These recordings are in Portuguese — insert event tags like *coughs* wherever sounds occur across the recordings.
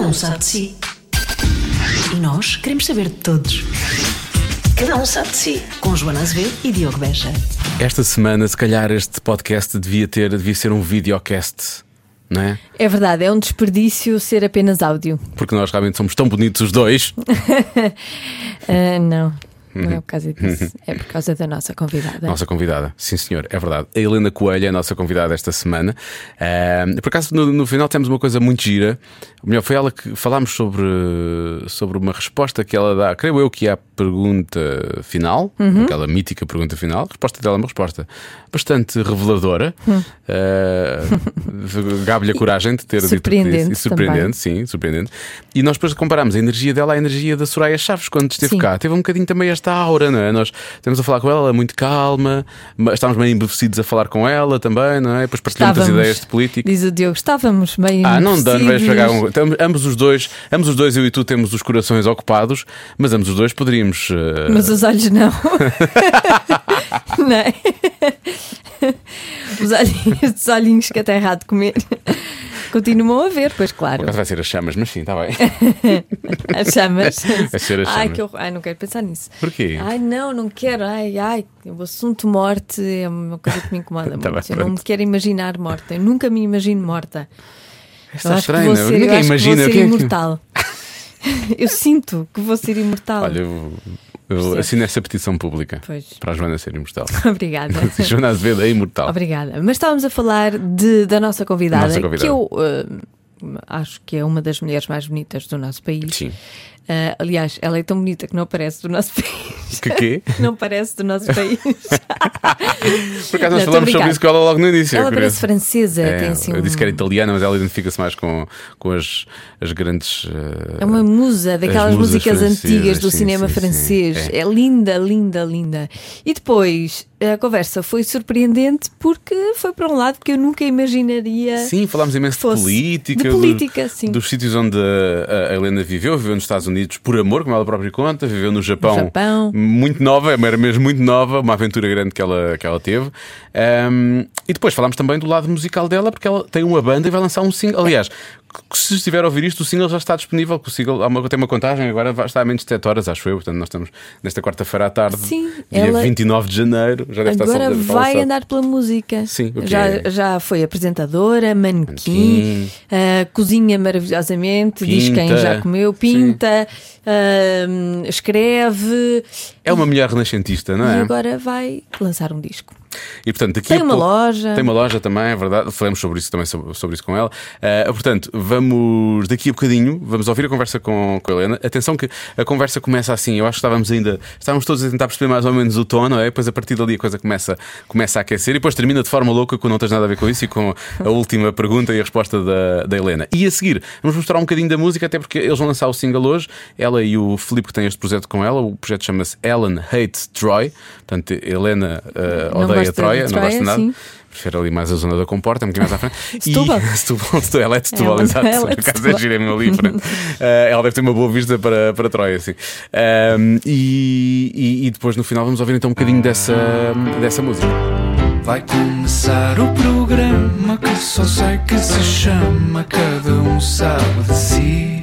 um sabe de si. E nós queremos saber de todos. Cada um sabe de si. Com Joana Azevedo e Diogo Beja. Esta semana, se calhar, este podcast devia ter, devia ser um videocast, não é? É verdade, é um desperdício ser apenas áudio. Porque nós realmente somos tão bonitos os dois. Ah, não, não é por causa disso. É por causa da nossa convidada. Uhum. Nossa convidada, sim senhor, é verdade. A Helena Coelho é a nossa convidada esta semana. Ahm, por acaso, no, no final temos uma coisa muito gira. Ou melhor, foi ela que falámos sobre, sobre uma resposta que ela dá, creio eu, que é a pergunta final, Uhum. aquela mítica pergunta final. A resposta dela é uma resposta bastante reveladora. Hum. Uh, *laughs* Gabe-lhe a coragem de ter dito isso. Surpreendente E surpreendente, também. sim, surpreendente. E nós depois comparámos a energia dela à energia da Soraya Chaves quando esteve Sim. cá. Teve um bocadinho também esta aura, não é? Nós estamos a falar com ela, ela é muito calma, mas estávamos meio embevecidos a falar com ela também, não é? Depois partilhamos as ideias de política. diz o Diogo, estávamos bem. Ah, não dá, não vais enlouquecidos. pagar um. Estamos- ambos os dois, ambos os dois, eu e tu, temos os corações ocupados, mas ambos os dois poderíamos. eh, Mas os *laughs* olhos não. não é? Os olhinhos, estes olhinhos que até é errado comer. Continuam a ver, pois Por claro. acaso vai ser as chamas, mas sim, está *laughs* bem. As chamas. Vai ser *laughs* as Ai, chamas. que horror. Ai, não quero pensar nisso. Porquê? Ai, não, não quero. Ai, ai, o assunto morte é uma coisa que me *laughs* incomoda Tá bem, muito. eu não me pronto. quero imaginar morta. Eu nunca me imagino morta. Está eu acho que estranho, vou não é? ser, eu ninguém acho imagina. que vou o ser que é que- *laughs* imortal. eu sinto que vou ser imortal. Olha, eu, eu Percebo. assino essa petição pública Pois. para a Joana ser *laughs* imortal. *laughs* Obrigada. Se Joana Azevedo é imortal. Obrigada. Mas estávamos a falar de- da nossa convidada, Nossa convidada. que eu eh, acho que é uma das mulheres mais bonitas do nosso país. Sim. Eh, aliás, ela é tão bonita que não aparece do nosso *laughs* país. Que *laughs* quê? Não aparece do nosso *laughs* país. Por acaso Não, nós tô falámos brincando. sobre isso com ela logo no início. é ela parece curioso. francesa, tem assim É, eu um- disse que era italiana, mas ela identifica-se mais com, com as, as grandes. eh, É uma musa daquelas As musas músicas francesas, antigas do sim, cinema sim, sim. francês. É. É. linda, linda, linda. E depois a conversa foi surpreendente porque foi para um lado que eu nunca imaginaria. Sim, falámos imenso de fosse. política, De do- política, sim. dos sítios onde a a Helena viveu, viveu nos Estados Unidos por amor, como ela própria conta, viveu no Japão, No Japão. muito nova, é era mesmo muito nova, uma aventura grande que ela, que ela teve. Ahm, e depois falámos também do lado musical dela, porque ela tem uma banda e vai lançar um single. Aliás, que se estiver a ouvir isto, o single já está disponível, que o single há uma, tem uma contagem, agora vai- está a menos de 7 horas, acho eu, portanto nós estamos nesta quarta-feira à tarde, Sim, dia ela- 29 de janeiro, já deve estar Agora deve estar vai lançado. andar pela música. Sim, o que é? já, já foi apresentadora, manequim, Manequim. ah, cozinha maravilhosamente, diz Pinta. quem já comeu, pinta, ah, escreve É uma mulher renascentista, não é? e agora vai lançar um disco. E, portanto, daqui Tem a uma pouco- loja. Tem uma loja também, é verdade. Falamos sobre isso também sobre, sobre isso com ela. Ah, portanto, vamos daqui a bocadinho, vamos ouvir a conversa com, com a Helena. Atenção que a conversa começa assim. Eu acho que estávamos ainda, estávamos todos a tentar perceber mais ou menos o tom, não é? Depois a partir dali a coisa começa, começa a aquecer e depois termina de forma louca com não tens nada a ver com isso e com a última pergunta e a resposta da, da Helena. E a seguir, vamos mostrar um bocadinho da música, até porque eles vão lançar o single hoje. Ela e o Filipe que têm este projeto com ela. O projeto chama-se Ellen Hates Troy. Portanto, Helena ah, Não odeia gosta de Troia, não Troia, gosta de nada. sim. Prefiro ali mais a zona da comporta, um bocadinho mais à *laughs* frente. Setúbal. E... *laughs* Setúbal, Setúbal, ela é de Setúbal, Ela- exato. ela é de Por acaso é Setúbal. gira mesmo ali. em frente. *laughs* Eh, ela deve ter uma boa vista para, para Troia, assim. Ahm, e, e- e depois no final vamos ouvir então um bocadinho dessa, dessa música. Vai começar o programa que só sei que se chama Cada um sabe de si.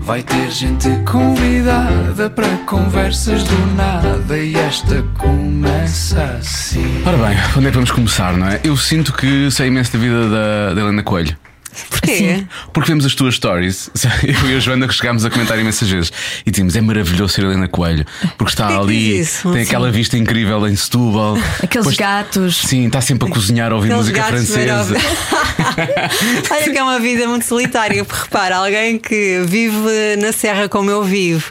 Vai ter gente convidada para conversas do nada e esta começa assim. Ora bem, onde é que vamos começar, não é? Eu sinto que sei imenso da vida da, da Helena Coelho. Porquê? Porque vemos as tuas stories, *laughs* eu e a Joana que chegámos a comentar imensas vezes e dizemos é maravilhoso ser Helena Coelho, porque *laughs* está Porquê É que ali, diz isso? tem aquela vista incrível em Setúbal, Aqueles Depois- gatos. Sim, está sempre a cozinhar, a ouvir Aqueles música gatos francesa. Olha que é uma vida muito solitária, porque repara, alguém que vive na serra como eu vivo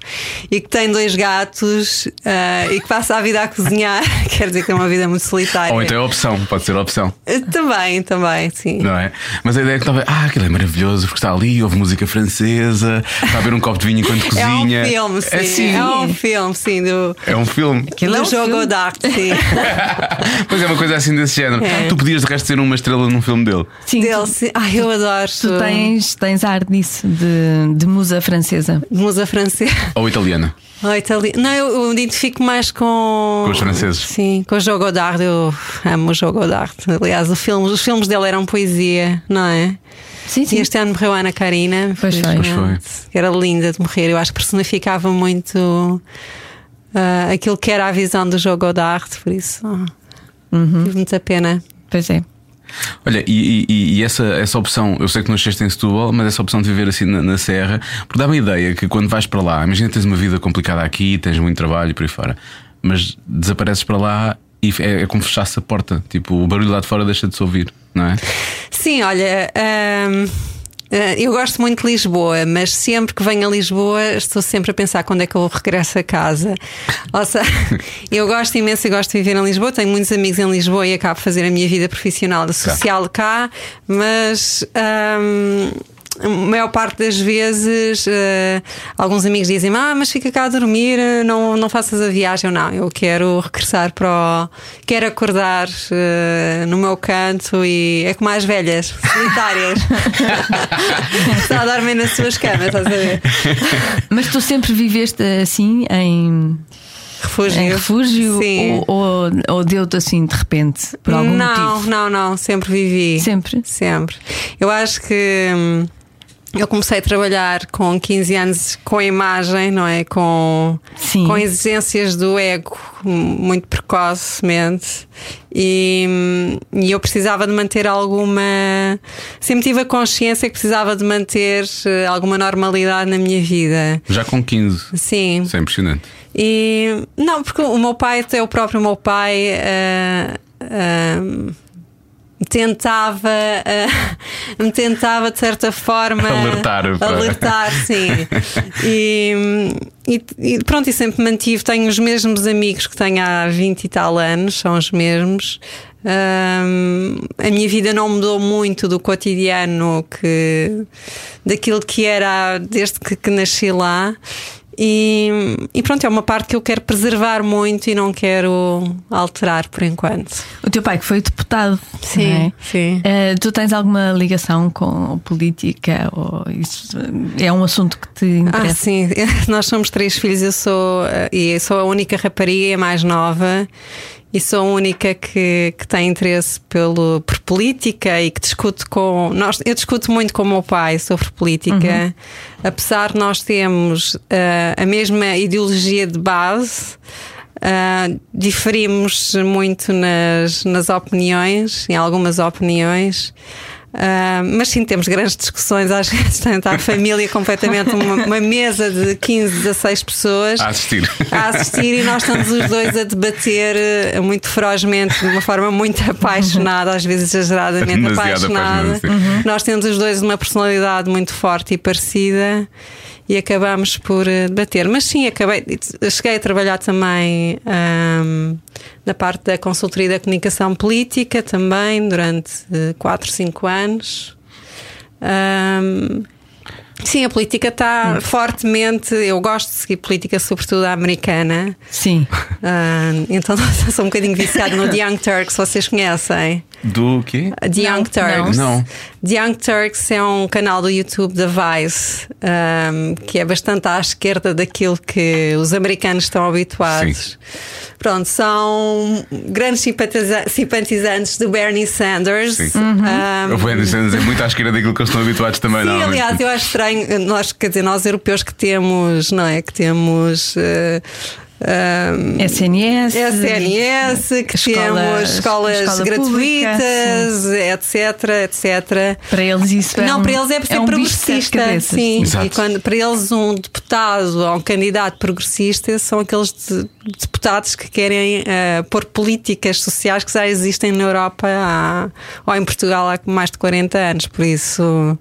e que tem dois gatos ah, e que passa a vida a cozinhar, *laughs* quer dizer que é uma vida muito solitária. Ou então é opção, pode ser opção, Também, também, sim. não é? Mas a ideia é que estava, ah, aquilo é maravilhoso, porque está ali, ouve música francesa, está a beber um copo de vinho enquanto *laughs* É um cozinha. filme, sim. É, sim. É um filme, sim, do, É um filme. do é um jogo filme. Godard, sim. pois é, uma coisa assim desse género. É. Tu podias de resto ser uma estrela num filme dele. *laughs* Sim, Dele, sim. Ai, eu adoro. tu, tu tens, tens ar disso, de, de musa francesa. Musa francesa. Ou italiana. Ou itali... tá Não, eu, eu identifico mais com. Com os franceses. Sim, com o Jogo Godard. Eu amo o Jogo Godard. Aliás, o filme, os filmes dele eram poesia, não é? Sim, sim. E este ano morreu a Ana Karina. Pois foi. infelizmente. Pois Era linda de morrer. Eu acho que personificava muito ah, aquilo que era a visão do jogo da arte, por isso. oh, Uhum. Tive muita pena. Pois é. Olha, e, e- e essa, essa opção, eu sei que não nasceste em Setúbal, mas essa opção de viver assim na, na Serra, porque dá-me a ideia que quando vais para lá, imagina que tens uma vida complicada aqui, tens muito trabalho e por aí fora, mas desapareces para lá e é, é como fechasse a porta, tipo, o barulho lá de fora deixa de se ouvir, não é? Sim, olha. ahm, ah, eu gosto muito de Lisboa, mas sempre que venho a Lisboa estou sempre a pensar quando é que eu regresso a casa. Ou seja, eu gosto imenso e gosto de viver em Lisboa, tenho muitos amigos em Lisboa e acabo de fazer a minha vida profissional e social cá, mas. ahm, a maior parte das vezes eh, alguns amigos dizem ah mas fica cá a dormir eh, não não faças a viagem Eu, não eu quero regressar para o... quero acordar eh, no meu canto e é como as velhas solitárias *laughs* só dormem nas suas camas estás a ver Mas tu sempre viveste assim em, refúgio em É refúgio? sim Ou, ou, ou deu-te assim de repente, por algum não motivo? não não sempre vivi Sempre. Sempre. Eu acho que hum, eu comecei a trabalhar com 15 anos com a imagem, não é? Com, Sim. com exigências do ego hum, muito precocemente e, hum, e eu precisava de manter alguma. Sempre tive a consciência que precisava de manter eh, alguma normalidade na minha vida. Já com 15. Sim. Isso é impressionante. E não, porque o meu pai, até o próprio meu pai, ah, ah, tentava, ah, *laughs* me tentava de certa forma Alertar para- alertar, sim. e, e- e pronto, e sempre mantive. Tenho os mesmos amigos que tenho há 20 e tal anos, são os mesmos. Ahm, a minha vida não mudou muito do cotidiano que daquilo que era desde que, que nasci lá. E, e pronto, é uma parte que eu quero preservar muito e não quero alterar por enquanto. O teu pai que foi deputado. Sim, não é? sim. Eh, tu tens alguma ligação com política ou isso eh, é um assunto que te Ah, interessa? sim, *laughs* nós somos três filhos, eu sou eh, e sou a única rapariga e a mais nova e sou a única que, que tem interesse pelo, por política e que discute com nós. Eu discuto muito com o meu pai sobre política, apesar de nós termos eh, a mesma ideologia de base. eh, diferimos muito nas, nas opiniões, em algumas opiniões, ah, mas sim, temos grandes discussões, às *laughs* vezes tanto a família completamente, uma, uma mesa de 15, 16 pessoas A assistir. *laughs* a assistir e nós estamos os dois a debater eh, muito ferozmente, de uma forma muito apaixonada, às vezes *laughs* exageradamente Demasiado apaixonada. apaixonada, sim. Nós temos os dois uma personalidade muito forte e parecida e acabamos por eh, debater. Mas sim, acabei, cheguei a trabalhar também ahm, na parte da consultoria da comunicação política também durante 4, 5 anos. Ahm, Sim, a política está fortemente. Eu gosto de seguir política, sobretudo a americana. Sim. Ah, então *laughs* sou um bocadinho viciado no The Young Turks, vocês conhecem? Do quê? The Young Turks. Não. The Young Turks é um canal do YouTube da Vice ahm, que é bastante à esquerda daquilo que os americanos estão habituados. Pronto, são grandes simpatiza- simpatizantes do Bernie Sanders. Sim. Ahm, O Ben Sanders é muito à esquerda daquilo que eles estão habituados também, Sim, não aliás, eu acho estranho, nós, quer dizer, nós europeus que temos, não é? Que temos. eh, eh, SNS. SNS, que escola- temos escolas escola pública, gratuitas, etc, etc. Para eles isso é Não, um- para eles é por ser um bicho de sete progressista. cabeças. Sim, Exato. e quando, para eles, um deputado ou um candidato progressista são aqueles de- deputados que querem eh, pôr políticas sociais que já existem na Europa há- ou em Portugal há mais de 40 anos. Por isso.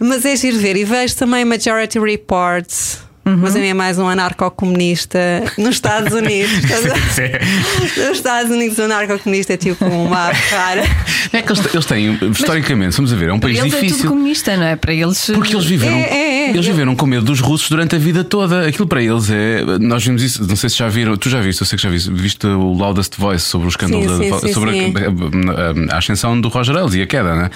Mas é giro ver. E vejo também Majority Reports. Uhum. Mas ainda é mais um anarco-comunista nos Estados Unidos. Isso é- nos Estados Unidos, o anarco-comunista é tipo uma rara. É que eles, eles têm, historicamente, vamos a ver, é um Para país eles é tudo difícil. comunista, não é? Para eles. Porque eles viveram, É, é, é. eles Eu- viveram com medo dos russos durante a vida toda. Aquilo para eles é. Nós vimos isso, não sei se já viram, tu já viste, eu sei que já viste, viste o Loudest Voice sobre o escândalo Sim, da, sim, sim, sobre a- sim. A, a- a ascensão do Roger Ailes e a queda, né?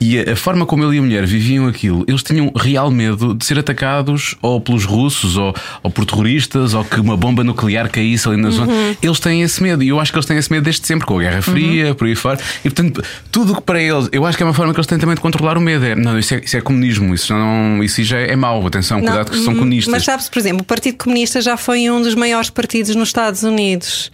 E a, a forma como ele e a mulher viviam aquilo, eles tinham real medo de ser atacados ou pelos russos ou, ou por terroristas ou que uma bomba nuclear caísse ali na zona. Uhum. Eles têm esse medo e eu acho que eles têm esse medo desde sempre, com a Guerra Fria, por aí fora. E portanto, tudo o que para eles, eu acho que é uma forma que eles têm também de controlar o medo. É, não, isso é, isso é comunismo, isso, não, isso já é mau, atenção, Não, cuidado que são hum, comunistas. Mas sabe-se, por exemplo, o Partido Comunista já foi um dos maiores partidos nos Estados Unidos.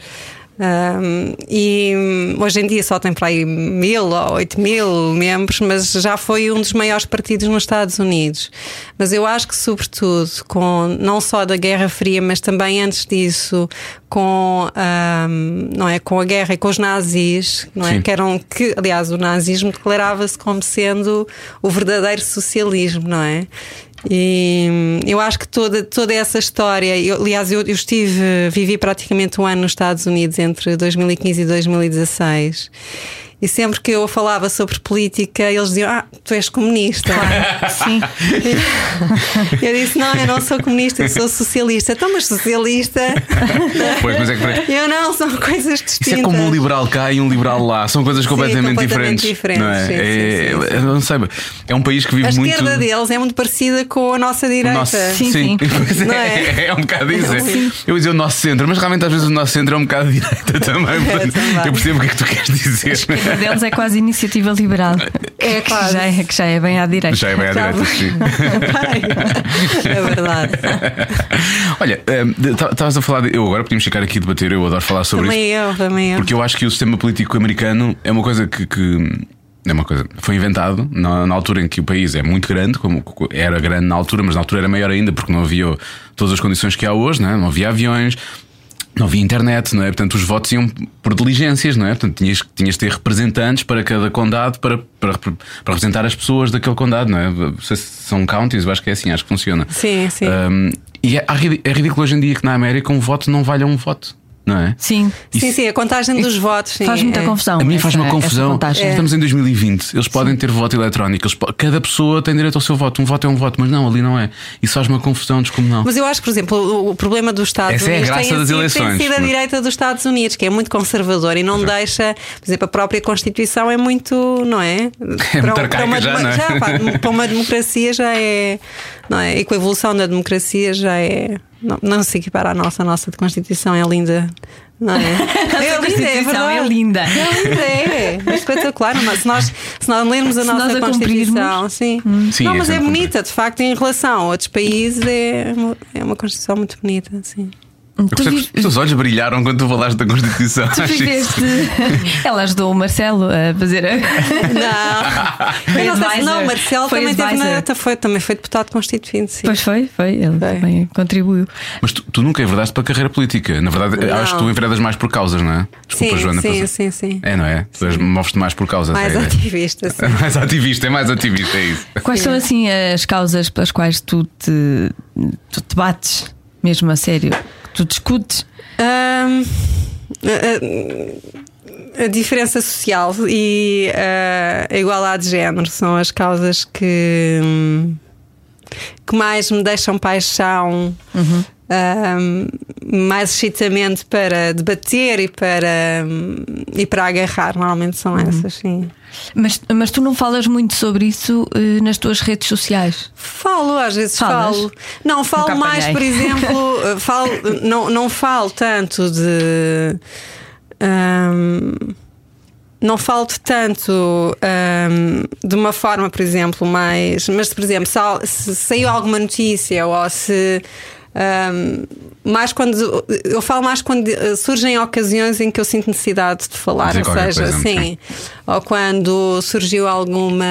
Ahm, e hum, hoje em dia só tem para aí mil ou oito mil membros, mas já foi um dos maiores partidos nos Estados Unidos. Mas eu acho que, sobretudo, com não só da Guerra Fria, mas também antes disso, com, ahm, não é, com a guerra e com os nazis, não é? Sim. Que eram que, aliás, o nazismo declarava-se como sendo o verdadeiro socialismo, não é? E hum, eu acho que toda, toda essa história, eu, aliás, eu, eu estive, vivi praticamente um ano nos Estados Unidos entre 2015 e 2016. E sempre que eu falava sobre política, eles diziam: Ah, tu és *laughs* comunista. Sim. eu disse: Não, eu não sou comunista, eu sou socialista. Então, mas socialista? Pois, mas é que para- eu não, são coisas distintas. Isso é como um liberal cá e um liberal lá. São coisas Sim, completamente, completamente diferentes. diferentes, Não é? sim, É- sim, sim, sim. eu não sei. É um país que vive A muito. esquerda deles é muito parecida com a nossa o direita. nosso... Sim, sim. *laughs* Pois é, Não é? é um bocado isso. é. Sim. Eu ia dizer o nosso centro, mas realmente às vezes o nosso centro é um bocado *laughs* de direita também. portanto, É também. Eu percebo o que é que tu queres *laughs* dizer. O deles é quase iniciativa liberal. É, Que quase. já é, que já é bem à direita. Já é bem à Já direita, vai. sim. é verdade. Olha, eh, ehm, estavas a falar. de- Eu agora podíamos ficar aqui a debater, eu adoro falar sobre isso. Também eu, também eu. Porque eu acho que o sistema político americano é uma coisa que. que- é uma coisa. Foi inventado na, na altura em que o país é muito grande, como co- era grande na altura, mas na altura era maior ainda, porque não havia todas as condições que há hoje, não, é? não havia aviões. Não havia internet, não é? Portanto, os votos iam por diligências, não é? Portanto, tinhas, tinhas de ter representantes para cada condado para, para, para representar as pessoas daquele condado, não é? Não sei se São counties, eu acho que é assim, acho que funciona. Sim, sim. Ahm, e é, há ri- é ridículo hoje em dia que na América um voto não valha um voto, não é? Sim. sim, sim, a contagem dos votos. Sim, Faz muita é. confusão. A mim essa- faz uma essa confusão. contagem. Estamos em 2020. Eles podem ter voto eletrónico. Eles po- Cada pessoa tem direito ao seu voto. Um voto é um voto, mas não, ali não é. Isso faz uma confusão descomunal. Mas eu acho, por exemplo, o- o problema dos Estados Essa é a Unidos graça tem, das sido- eleições, tem sido a mas- é. direita dos Estados Unidos, que é muito conservadora e não deixa, por exemplo, a própria Constituição é muito, não é? É muito um- arcaica uma, já, não é? *laughs* pá, para uma democracia já é, não é? E com a evolução da democracia já é, não, não se equipara à nossa, a nossa de Constituição é linda. *laughs* Não é? é linda, é Constituição é verdade. linda. É linda, é. É espetacular. Mas se nós, se nós lermos a Se nossa nós a Constituição, sim. Hum. Sim, não, é mas é sempre bonita. De facto, em relação a outros países, é uma, é uma Constituição muito bonita, *laughs* sim. Eu Tu, gostei que vi- os teus olhos brilharam quando tu falaste da Constituição. *laughs* tu Acho isso- viveste. *laughs* Ela ajudou o Marcelo a fazer. *laughs* a- Não, Foi eu não, sei se- advisor. não o Marcelo Foi também, teve advisor. na, foi, também foi deputado constituinte, sim. Pois foi, foi. Ele Foi. também contribuiu. Mas tu, tu nunca enverdaste para a carreira política. Na verdade, Não. acho que tu enveredas mais por causas, não é? Desculpa, sim, Joana. sim, por- sim, sim. É, não é? Tu és- moves-te mais por causas. Mais é a ideia. ativista, sim. *laughs* mais ativista, é mais ativista, é isso. Quais são assim as causas pelas quais tu te, tu te bates mesmo a sério? Que Tu discutes? Ahm, a- a, a diferença social e ah, a igualdade de género são as causas que, hum, que mais me deixam paixão, ahm, mais excitamento para debater e para, hum, e para agarrar. Normalmente são essas, sim. Mas, mas tu não falas muito sobre isso eh, nas tuas redes sociais. Falo, às vezes Falas? falo. Não, falo Nunca mais, por apanhei. exemplo, *laughs* eh, falo, não, não falo tanto de. ahm, não falo de tanto ahm, de uma forma, por exemplo, mais. Mas, por exemplo, se, há- se saiu alguma notícia ou se. ahm, mais quando eu falo mais quando eh, surgem ocasiões em que eu sinto necessidade de falar, Dizer ou qualquer seja, coisa, é? sim, sim. ou quando surgiu alguma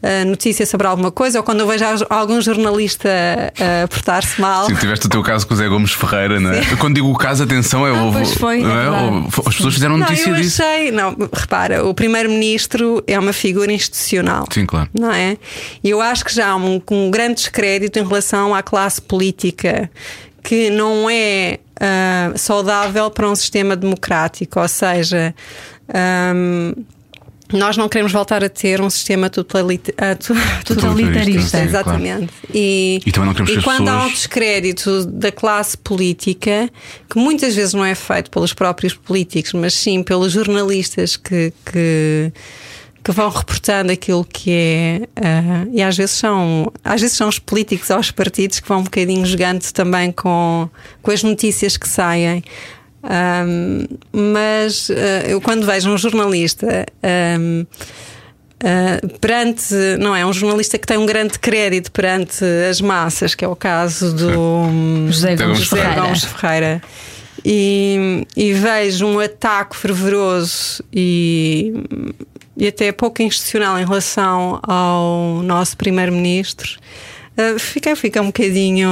ah, notícia sobre alguma coisa, ou quando eu vejo al- algum jornalista ah, portar-se mal. Sim, tiveste o teu caso com o Zé Gomes Ferreira, não é? Quando digo o caso, atenção, Ah, é houve. pois foi, é não é? verdade. Houve- as pessoas fizeram Não, notícia eu disso. achei. Não, repara, o primeiro-ministro é uma figura institucional. Sim, claro. Não é? E eu acho que já há um, um grande descrédito em relação à classe política que não é ah, saudável para um sistema democrático. Ou seja, ahm, nós não queremos voltar a ter um sistema totalita- ah, tu- Totalitarista. Sim, claro. Exatamente. E, E também não queremos que as quando há um pessoas- descrédito da classe política, que muitas vezes não é feito pelos próprios políticos, mas sim pelos jornalistas que. que que vão reportando aquilo que é. ah, e às vezes são às vezes são os políticos ou os partidos que vão um bocadinho jogando também com, com as notícias que saem. Ahm, mas ah, eu quando vejo um jornalista. ahm, ah, perante, não é? Um jornalista que tem um grande crédito perante as massas, que é o caso do José Gomes José Ferreira. Gomes Ferreira. E, e vejo um ataque fervoroso e, e até é pouco institucional em relação ao nosso primeiro-ministro. Uh, Fiquei, fiquei um bocadinho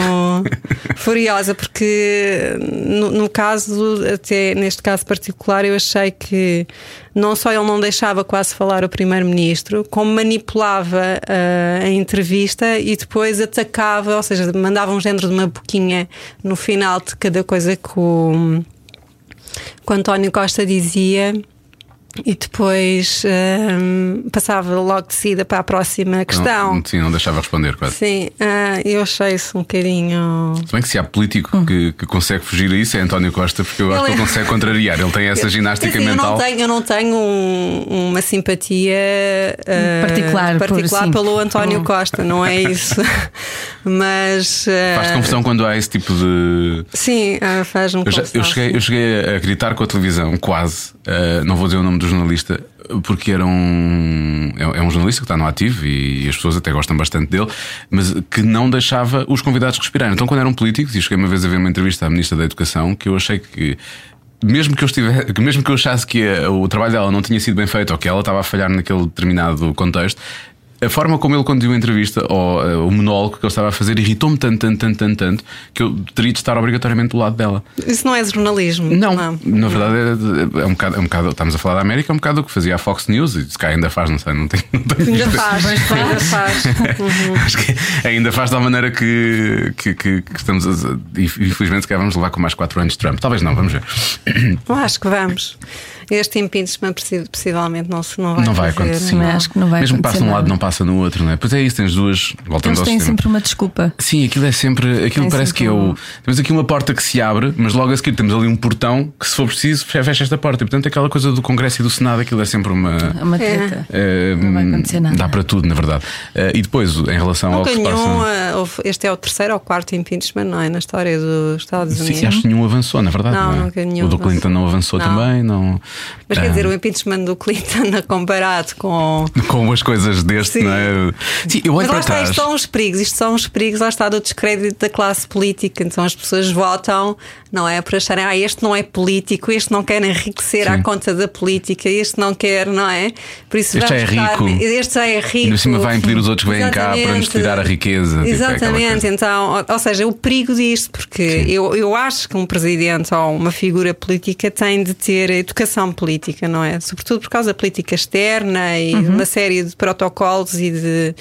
furiosa porque no, no caso, até neste caso particular, eu achei que não só ele não deixava quase falar o primeiro-ministro, como manipulava uh, a entrevista e depois atacava, ou seja, mandava um género de uma boquinha no final de cada coisa que o, que o António Costa dizia. E depois hum, passava logo de seguida para a próxima questão. Não, sim, não deixava responder, quase. Sim, ah, eu achei isso um bocadinho. Se bem que se há político que, que consegue fugir a isso é António Costa, porque eu acho que Ele- ele consegue contrariar. Ele tem essa ginástica Quer dizer, eu mental. não tenho, eu não tenho um- uma simpatia ah, Particular por- particular sim, pelo António por- Costa, não *laughs* é isso? Mas. ah, Faz confusão quando há esse tipo de. Sim, ah, faz-me Eu, já- eu confusão, cheguei, sim. eu cheguei a gritar com a televisão, quase. eh, não vou dizer o nome do jornalista, porque era um. É, é um jornalista que está no ativo e, as pessoas até gostam bastante dele, mas que não deixava os convidados respirarem. Então, quando eram políticos, e cheguei uma vez a ver uma entrevista à Ministra da Educação, que eu achei que. Mesmo que, eu estive, que mesmo que eu achasse que eh, o trabalho dela não tinha sido bem feito ou que ela estava a falhar naquele determinado contexto, a forma como ele conduziu a entrevista ou eh, o monólogo que ele estava a fazer irritou-me tanto, tanto, tanto, tanto, tanto, que eu teria de estar obrigatoriamente do lado dela. Isso não é jornalismo. Não, na verdade é, é um bocado, é um bocado- estamos a falar da América, é um bocado o que fazia a Fox News e se cá ainda faz, não sei, não tenho, não tenho Ainda visto. *laughs* faz, ainda faz. Acho que ainda faz da maneira que, que, que- que estamos a, Infelizmente, se calhar vamos levar com mais 4 anos de Trump. Talvez não, vamos ver. Eu Acho que vamos. Este impeachment possi- possivelmente não, se- não vai não vai fazer, acontecer. Também acho que não vai Mesmo que passe acontecer num lado, nada. não passa no outro, não é? Pois é isso, tens duas. Voltando Eles ao têm sistema. sempre uma desculpa. Sim, aquilo é sempre. Aquilo Tem parece que é sempre o. um- Temos aqui uma porta que se abre, mas logo a seguir temos ali um portão que, se for preciso, fecha esta porta. E, portanto, aquela coisa do Congresso e do Senado, aquilo é sempre uma. É uma treta. Eh, Não vai acontecer nada. Dá para tudo, na verdade. Eh, e depois, em relação ao que Nunca se passa. um- nenhum. ah, houve- Este é o terceiro ou quarto impeachment, não é? Na história dos Estados Sim, Unidos. acho que nenhum avançou, na verdade. é? Não, é? nunca nenhum O do Clinton não avançou avançou. Não. também, não. Mas Ah, quer dizer, o impeachment do Clinton *laughs* comparado com. *laughs* Com as coisas deste, Sim. não é? Sim, eu olho Mas lá para está, trás. isto são os perigos, isto são os perigos, lá está do descrédito da classe política. Então as pessoas votam, não é? Por acharem, ah, este não é político, este não quer enriquecer à Sim. conta da política, este não quer, não é? Por isso Este já vamos é votar- rico. Este já é rico. E por cima vai impedir os outros que vêm cá Exatamente. para nos tirar a riqueza, tipo, é aquela Exatamente, coisa. então, ou, ou seja, o perigo disto, porque eu, eu acho que um presidente ou uma figura política tem de ter educação política, não é? Sobretudo por causa da política externa e de uma série de protocolos e de,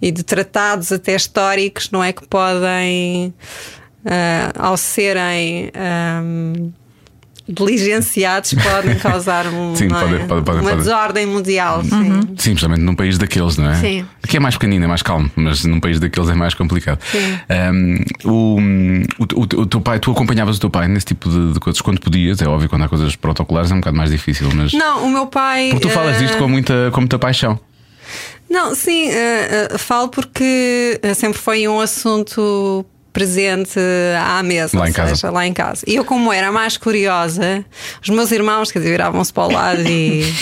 e de tratados até históricos, não é? Que podem, ah, ao serem. ahm, Diligenciados *laughs* podem causar um- Sim, não é? podem- podem- Uhum. podem- uma podem. desordem mundial. Sim. Sim, principalmente num país daqueles, não é? Sim. Aqui é mais pequenino, é mais calmo, mas num país daqueles é mais complicado. Ahm, o, o, o teu pai, tu acompanhavas o teu pai nesse tipo de, de coisas quando podias, é óbvio, quando há coisas protocolares é um bocado mais difícil, mas. Não, o meu pai. Porque tu falas ah, disto com muita, com muita paixão. Não, sim, eh, eh, falo porque eh, sempre foi um assunto presente eh, à mesa, Lá em ou casa. seja, lá em casa. E eu, como era mais curiosa, os meus irmãos, quer dizer, viravam-se para o lado e.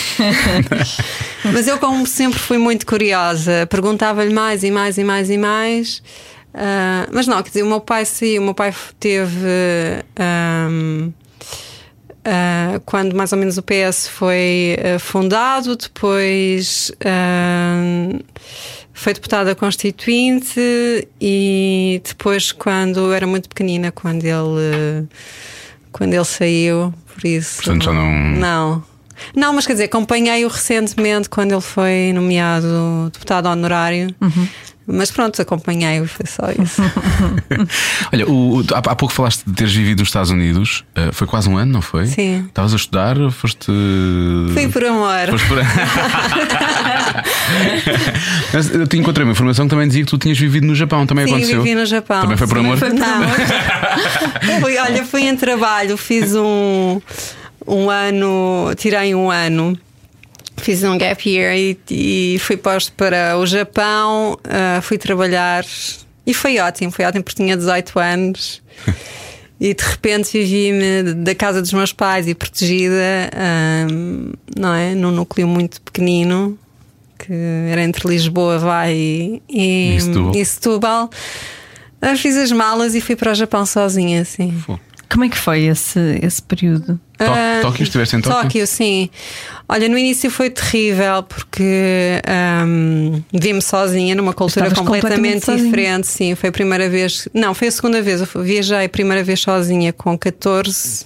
Mas eu, como sempre fui muito curiosa, perguntava-lhe mais e mais e mais e mais. Ah, mas não, quer dizer, o meu pai sim, o meu pai teve. ahm, ah, quando mais ou menos o PS foi ah, fundado, depois ah, foi deputada constituinte e depois quando eu era muito pequenina, quando ele quando ele saiu, por isso Portanto, já não- não não, mas quer dizer, acompanhei-o recentemente quando ele foi nomeado deputado honorário. Uhum. Mas pronto, acompanhei-o, foi só isso. *laughs* Olha, o- o- há, há pouco falaste de teres vivido nos Estados Unidos, eh, foi quase um ano, não foi? Sim. Estavas a estudar, foste. Fui por *laughs* amor. Foste por. *laughs* Mas eu te encontrei uma informação que também dizia que tu tinhas vivido no Japão, também Sim, aconteceu. vivi no Japão. Também foi por amor? Foi- *laughs* Não. Fui- olha, fui em trabalho, fiz um, um ano, tirei um ano. Fiz um gap year e, e fui posto para o Japão, ah, fui trabalhar e foi ótimo, foi ótimo porque tinha 18 anos e de repente vivi-me da casa dos meus pais e protegida, ahm, não é? Num núcleo muito pequenino que era entre Lisboa, vai e, e, E Setúbal. e Setúbal. Ah, Fiz as malas e fui para o Japão sozinha, assim. Como é que foi esse, esse período? Tó- Ah, Tóquio, estiveste em Tóquio? Tóquio, sim. Olha, no início foi terrível porque ahm, vi-me sozinha numa cultura Estavas completamente, completamente sozinha. diferente. Sim, foi a primeira vez. Não, foi a segunda vez. Eu fu- viajei a primeira vez sozinha com 14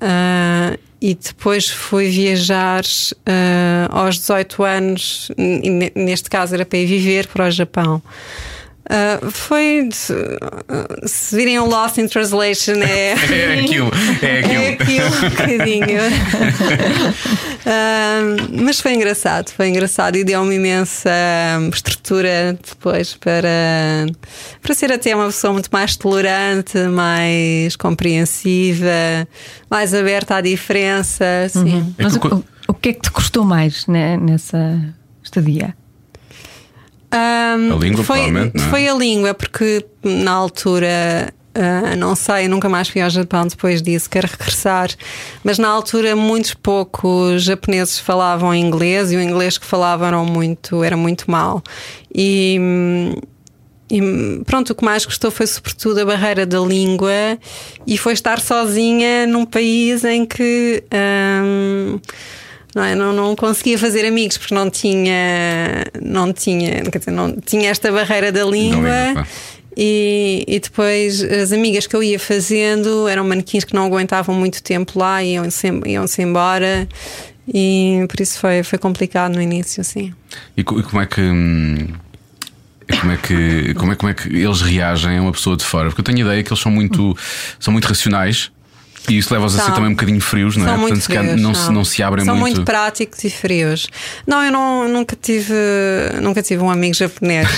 ah, e depois fui viajar ah, aos 18 anos. n- n- Neste caso era para ir viver para o Japão. Ah, foi. Se se virem o Lost in Translation, *laughs* é. *laughs* É aquilo, é É aquilo. aquilo, um bocadinho. Ahm, mas foi engraçado, foi engraçado e deu-me imensa hum, estrutura depois para, para ser até uma pessoa muito mais tolerante, mais compreensiva, mais aberta à diferença. Sim. É Mas que o, co- o- o que é que te custou mais né, nessa estadia? Ahm, A língua, foi, provavelmente, não é? Foi a língua, porque na altura. ah, não sei, nunca mais fui ao Japão depois disso, quero regressar. Mas na altura, muitos poucos japoneses falavam inglês e o inglês que falavam era muito, era muito mau. E, hum, e hum, pronto, o que mais gostou foi sobretudo a barreira da língua e foi estar sozinha num país em que hum, não, é, não, não conseguia fazer amigos porque não tinha, não tinha, quer dizer, não tinha esta barreira da língua. claro. E, e depois as amigas que eu ia fazendo eram manequins que não aguentavam muito tempo lá e iam-se iam-se embora, e por isso foi, foi complicado no início, sim. E, co- e como é que. hum, e Como é, que, como, é, como é que eles reagem a uma pessoa de fora? Porque eu tenho a ideia que eles são muito, são muito racionais e isso leva-os a ser São. também um bocadinho frios, não é? São muito se calhar frios, não, se, não se abrem São muito. práticos e frios. Não, eu não- nunca tive nunca tive um amigo japonês.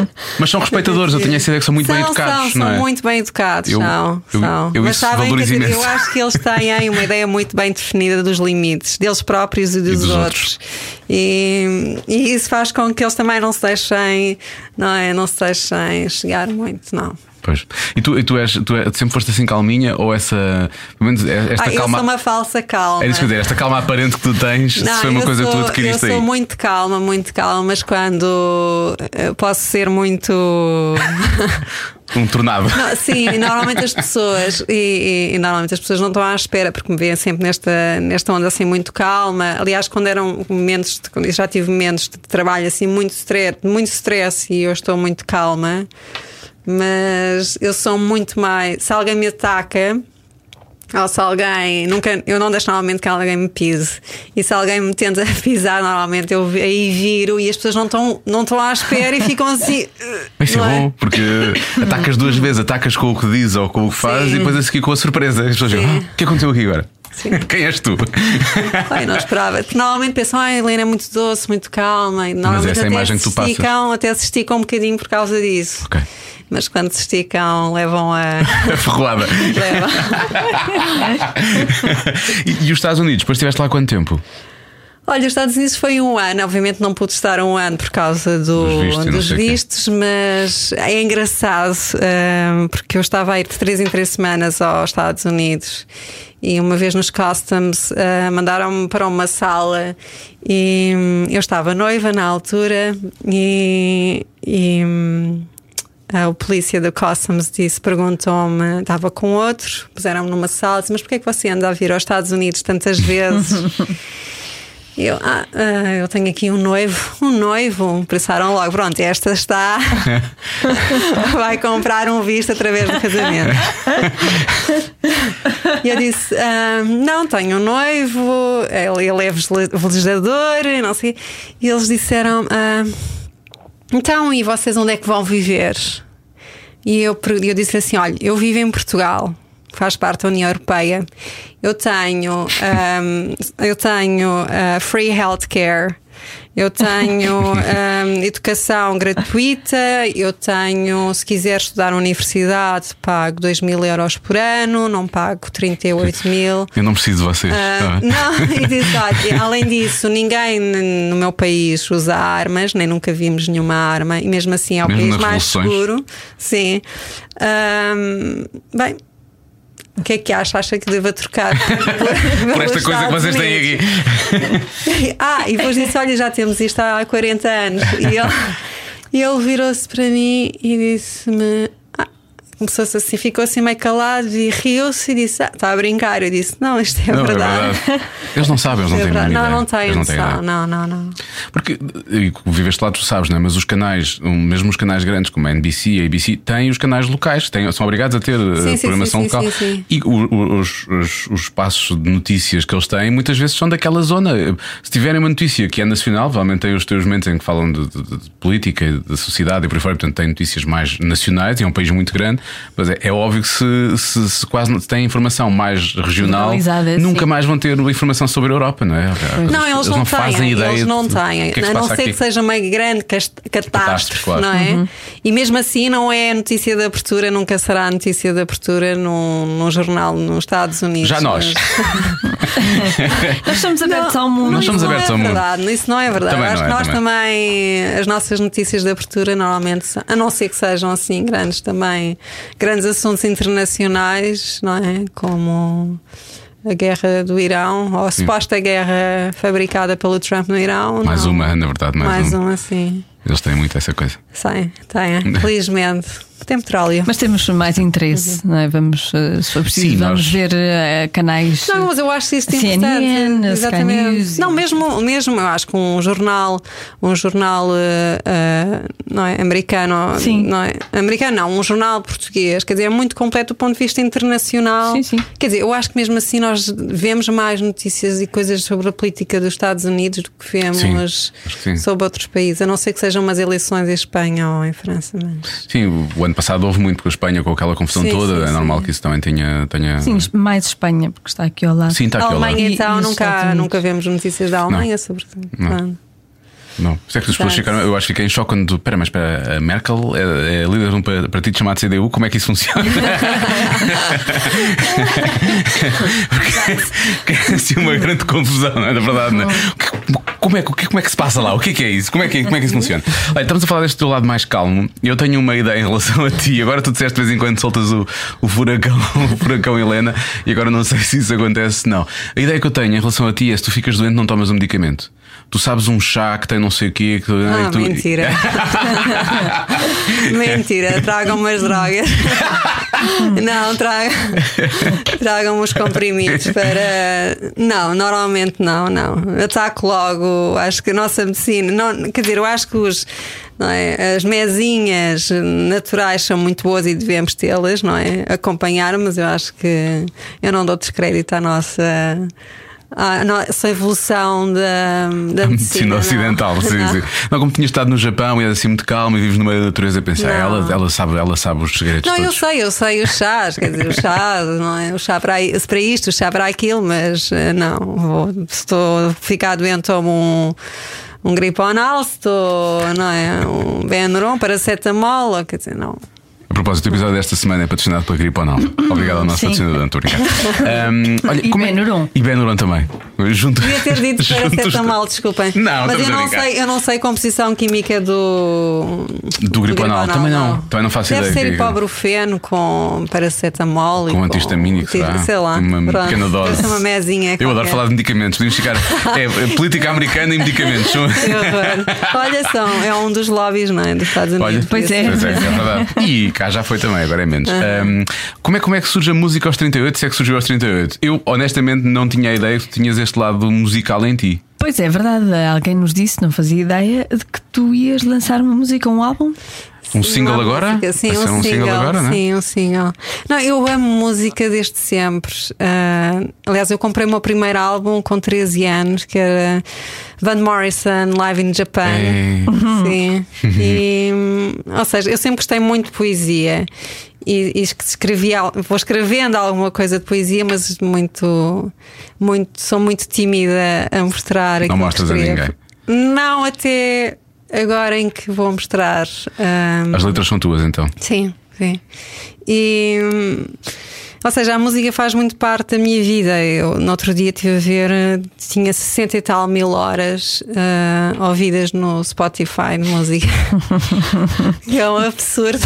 *laughs* Mas são respeitadores, eu tenho essa ideia que são muito bem São, educados, são, não é? são muito bem educados, Eu- são, eu- são. eu Mas isso sabem que valorizo eu imenso. acho que eles têm uma ideia muito bem definida dos limites, deles próprios e dos, dos outros. outros. E, e isso faz com que eles também não se deixem, não é? Não se deixem chegar muito, não. Pois. E tu, e tu, és, tu é- sempre foste assim calminha ou essa. Pelo menos é, esta Ah, eu calma. sou uma falsa calma. É isso que eu dizer, esta calma aparente que tu tens, se foi uma eu coisa que tu sou- adquiriste Eu sou aí. muito calma, muito calma, mas quando eh, posso ser muito. Um tornado. Não, sim, normalmente as pessoas, e, e- e normalmente as pessoas não estão à espera, porque me veem sempre nesta, nesta onda assim muito calma. Aliás, quando eram momentos, de- quando eu já tive momentos de trabalho assim muito stress, muito stress e eu estou muito calma, mas eu sou muito mais. Se alguém me ataca. Ou se alguém. Nunca, eu não deixo normalmente que alguém me pise. E se alguém me tenta *laughs* pisar, normalmente eu vi- aí viro e as pessoas não estão não estão à espera e ficam assim. *laughs* Isso não é bom, porque atacas duas vezes, atacas com o que diz ou com o que faz Sim. e depois a seguir com a surpresa. As pessoas dizem, Sim. "Ah, o que aconteceu aqui agora? Sim. *laughs* Quem és tu? *laughs* Ai, não esperava. Porque normalmente pensam, ah, a Helena é muito doce, muito calma. E normalmente essa é a até imagem que se tu passas. esticam, até se esticam um bocadinho por causa disso. Ok. Mas quando se esticam, levam a. *laughs* *laughs* Ferroada. levam. E, e os Estados Unidos, depois estiveste lá há quanto tempo? Olha, os Estados Unidos foi um ano, obviamente não pude estar um ano por causa do- Dos vistos e não dos sei o quê. vistos, mas é engraçado hum, porque eu estava a ir de três em três semanas aos Estados Unidos e uma vez nos customs ah, mandaram-me para uma sala e hum, eu estava noiva na altura e. e, hum, ah, o polícia do Customs disse, perguntou-me, estava com outro, puseram-me numa sala, disse, mas porquê é que você anda a vir aos Estados *laughs* Unidos tantas vezes? Eu, ah, ah, eu tenho aqui um noivo, um noivo. Pensaram logo, pronto, esta está. Vai comprar um visto através do casamento. E eu disse: ah, Não, tenho um noivo, ele, ele é vele- velejador, e não sei. E eles disseram: ah, Então, e vocês onde é que vão viver? E eu, per- eu disse assim: Olha, eu vivo em Portugal, que faz parte da União Europeia. Eu tenho, ahm, eu tenho ah, free ah, healthcare. Eu tenho hum, educação gratuita, eu tenho, se quiser estudar na universidade, pago 2 mil euros por ano, não pago 38 mil. Eu não preciso de vocês. Ah, tá bem? não, *laughs* exato. E, Além disso, ninguém n- no meu país usa armas, nem nunca vimos nenhuma arma, e mesmo assim é o Mesmo país nas mais revoluções? seguro. Sim. Ahm, bem. O que é que acha? Acha que *laughs* deva trocar por, *laughs* Por esta coisa que vocês têm aqui. aqui? *laughs* Ah, e depois disse: Olha, já temos isto há 40 anos. E ele, e ele virou-se para mim e disse-me: ah, Começou-se assim, ficou assim meio calado e riu-se e disse: ah, Está a brincar. Eu disse: Não, isto é Não, é verdade. verdade. Eles não sabem, eles não É têm a verdade. mínima não, ideia. não têm Eles não têm noção. ideia. Não, não, não. Porque e, vive este lado, tu sabes, né? mas os canais, um, mesmo os canais grandes como a NBC, a ABC, têm os canais locais, têm, são obrigados a ter eh, Sim, sim, programação sim, sim, local. sim, sim. E o- o- os, os, os espaços de notícias que eles têm muitas vezes são daquela zona. Eh, Se tiverem uma notícia que é nacional, provavelmente têm os teus momentos em que falam de, de- de política, e de sociedade e por aí fora, portanto têm notícias mais nacionais e é um país muito grande, mas é, é óbvio que se, se, se quase não- se têm informação mais regional, Localizada, nunca sim. mais vão ter informação sobre a Europa, não é? Não, eles, não, têm, fazem ideia. eles não de- do têm. que é que se a não passa ser aqui. que seja uma grande cast- catástrofe, claro. Uhum. não é? E mesmo assim não é notícia de abertura, nunca será notícia de abertura num, num jornal nos Estados Unidos. Já nós. mas- Nós estamos abertos ao Não, mundo. Nós estamos isso não abertos é ao mundo. verdade, Isso não é verdade. Também não Acho é, que nós também. as nossas notícias de abertura normalmente, são- a não ser que sejam assim grandes também, grandes assuntos internacionais, não é? Como a guerra do Irão, ou a suposta guerra fabricada pelo Trump no Irão. Mais não. uma, na verdade, mais, Mais um. uma. uma, sim. Eles têm muito essa coisa. Sim, tem, felizmente. Tem petróleo. Mas temos mais interesse, Uhum. não é? Vamos, eh, se for preciso, Sim, vamos nós- ver eh, canais. Não, mas eu acho isso CNN, importante. Sky Exatamente. News. Não, mesmo, mesmo eu acho que um jornal, um jornal eh, eh, não é, americano, Sim. não é? Americano não, um jornal português, quer dizer, é muito completo do ponto de vista internacional. Sim, sim. Quer dizer, eu acho que mesmo assim nós vemos mais notícias e coisas sobre a política dos Estados Unidos do que Sim, vemos acho que sim. sobre outros países, a não ser que sejam umas eleições em Espanha ou em França, mas Sim, o- o ano passado houve muito com a Espanha, com aquela confusão Sim, toda. sim, é sim. normal que isso também tenha. tenha... eh, Sim, mais Espanha, porque está aqui ao lado. Sim, está a aqui ao lado. Alemanha E- então e os Estados nunca, Unidos? nunca vemos notícias da Alemanha, sobretudo. Pronto. Não, por isso é que as pessoas Exato. ficaram. Eu acho que fiquei em choque quando. Pera, mas espera, a Merkel é, é líder de um pa- partido chamado CDU, como é que isso *laughs* funciona? Porque *laughs* é assim uma grande confusão, não é? Na verdade, não é? Que- Como é, que- o que- como é que se passa lá? O que é que é isso? Como é que, é- como é que isso *laughs* funciona? Olha, estamos a falar deste teu lado mais calmo. Eu tenho uma ideia em relação a ti. Agora tu disseste de vez em quando soltas o, o furacão, *laughs* o furacão Helena, e agora não sei se isso acontece, não. A ideia que eu tenho em relação a ti é se tu ficas doente, não tomas um medicamento. Tu sabes um chá que tem não sei o quê. Que, Ah, e tu- *laughs* mentira. mentira, tragam *laughs* umas drogas. não, tragam, tragam uns comprimidos para. Não, normalmente não, não. Ataco logo. Acho que a nossa medicina. Não, quer dizer, eu acho que os. não é, As mesinhas naturais são muito boas e devemos tê-las, não é? Acompanhar, mas eu acho que eu não dou descrédito à nossa. à nossa evolução da, da A medicina. *laughs* É um medicina não. é? ocidental, sim, Não. sim. Não, como tinha estado no Japão e era assim muito calmo e vives no meio da natureza, eu pensei, ah, Não. ela, ela, sabe, ela sabe os segredos Não, eu todos. sei, eu sei os chás, quer dizer, os chás, não é? O chá para, i- para isto, o chá para aquilo, mas eh, não, vou, se estou a ficar doente, tomo um, um griponal, se estou, não é? Um Benuron, paracetamol, ou, quer dizer, não. A propósito, o episódio desta semana é patrocinado pela *coughs* Griponal. Obrigado ao nosso Sim. patrocinador, não, estou a brincar. *laughs* Ahm, olha, E como é- Benuron. E Benuron também. Junto, Devia ter *laughs* dito juntos- paracetamol, desculpem. Não, mas estamos eu a não, brincar. sei, eu não sei a composição química do. Do Griponal. Também não, também não faço Deve ideia ser que- é. hipobrofeno com paracetamol e Com um antihistamínico, será? Sei lá. Uma pronto. pequena dose. Deve ser uma mesinha. Eu adoro qualquer. falar de medicamentos. Podemos chegar. É, é política americana e medicamentos. *laughs* São- Que horror. Olha só, é um dos lobbies, não é? Dos Estados Unidos. Olha, Pois é. Pois é, é verdade. E cá já foi também, agora é menos. Ah. Ahm, como, é, como é que surge a música aos 38? Se é que surgiu aos 38? Eu honestamente não tinha a ideia que tu tinhas este lado musical em ti. Pois é, é verdade. Alguém nos disse, não fazia ideia, de que tu ias lançar uma música, um álbum. Um single Uma agora? música, Sim, Vai ser um, single, agora, não é? Sim, um single. Não, eu amo música desde sempre. Ah, aliás, eu comprei o meu primeiro álbum com 13 anos, que era Van Morrison, Live in Japan. Ei. Sim. E, ou seja, eu sempre gostei muito de poesia. E, e es- escrevi, al- vou escrevendo alguma coisa de poesia, mas muito, muito sou muito tímida a mostrar aquilo que mostras a escrevo. ninguém. Não até agora em que vou mostrar. hum, ahm, As letras são tuas então. Sim, sim. E. hum, Ou seja, a música faz muito parte da minha vida. Eu, no outro dia, estive a ver, eh, tinha 60 e tal mil horas ah, ouvidas no Spotify de música. que é um absurdo.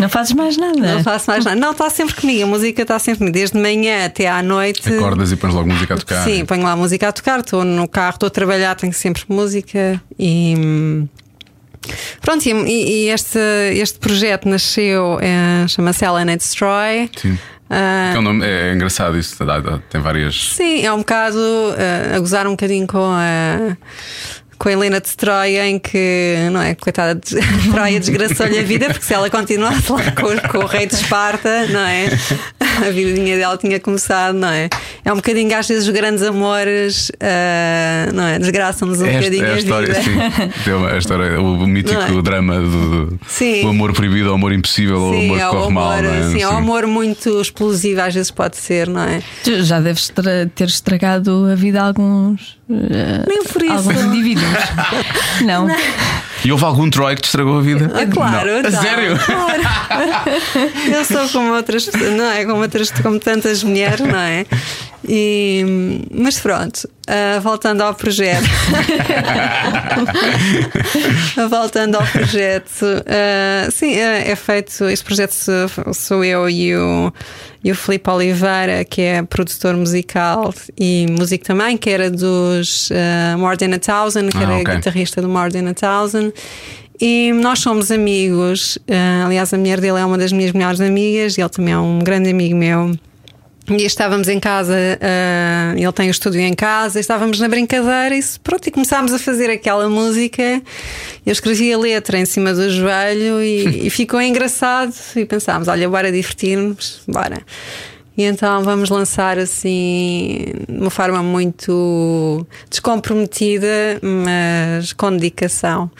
Não fazes mais nada. Não faço mais nada. Não, está sempre comigo. A música está sempre comigo. Desde manhã até à noite. Acordas e pões logo música a tocar. Sim, ponho lá a música a tocar, estou no carro, estou a trabalhar, tenho sempre música e. hum, Pronto, e, e este, este projeto nasceu, eh, chama-se Ellen and Destroy. Sim. Ah, Que é, um nome- é- é engraçado isso. dá- dá- tem várias. sim, é um bocado eh, a gozar um bocadinho com a. Com a Helena de Troia, em que, não é? Coitada de *laughs* Troia, desgraçou-lhe a vida, porque se ela continuasse lá com, o- com o rei de Esparta, não é? *laughs* A vidinha dela tinha começado, não é? É um bocadinho que às vezes os grandes amores, ah, não é? Desgraçam-nos um É a- bocadinho é a a história, vida. sim. *laughs* Tem uma- a história, o mítico Não é? drama do, do- Sim. o amor proibido, o amor impossível, o amor que é o corre amor, mal. Não é? sim, é um amor muito explosivo, às vezes pode ser, não é? Tu já deves tra- ter estragado a vida a alguns. eh, Nem por isso. Alguns *laughs* indivíduos. Não. E houve algum Troy que te estragou a vida? Ah, claro, Não. A então, sério? claro. Eu sou como outras, pessoas, não é? Como outras, como tantas mulheres, não é? E, mas pronto, ah, voltando ao projeto. *laughs* voltando ao projeto, ah, sim, ah, é feito. Este projeto sou, sou eu e o, e o Filipe Oliveira, que é produtor musical e músico também, que era dos ah, More Than a Thousand, que Ah, era ok. guitarrista do More Than a Thousand. E nós somos amigos. ah, aliás, a mulher dele é uma das minhas melhores amigas, e ele também é um grande amigo meu. E estávamos em casa, ah, ele tem o estúdio em casa, e estávamos na brincadeira e se- pronto, e começámos a fazer aquela música. Eu escrevi a letra em cima do joelho e, e ficou engraçado. E pensámos, olha, bora divertir-nos, bora. E então vamos lançar assim, de uma forma muito descomprometida, mas com dedicação.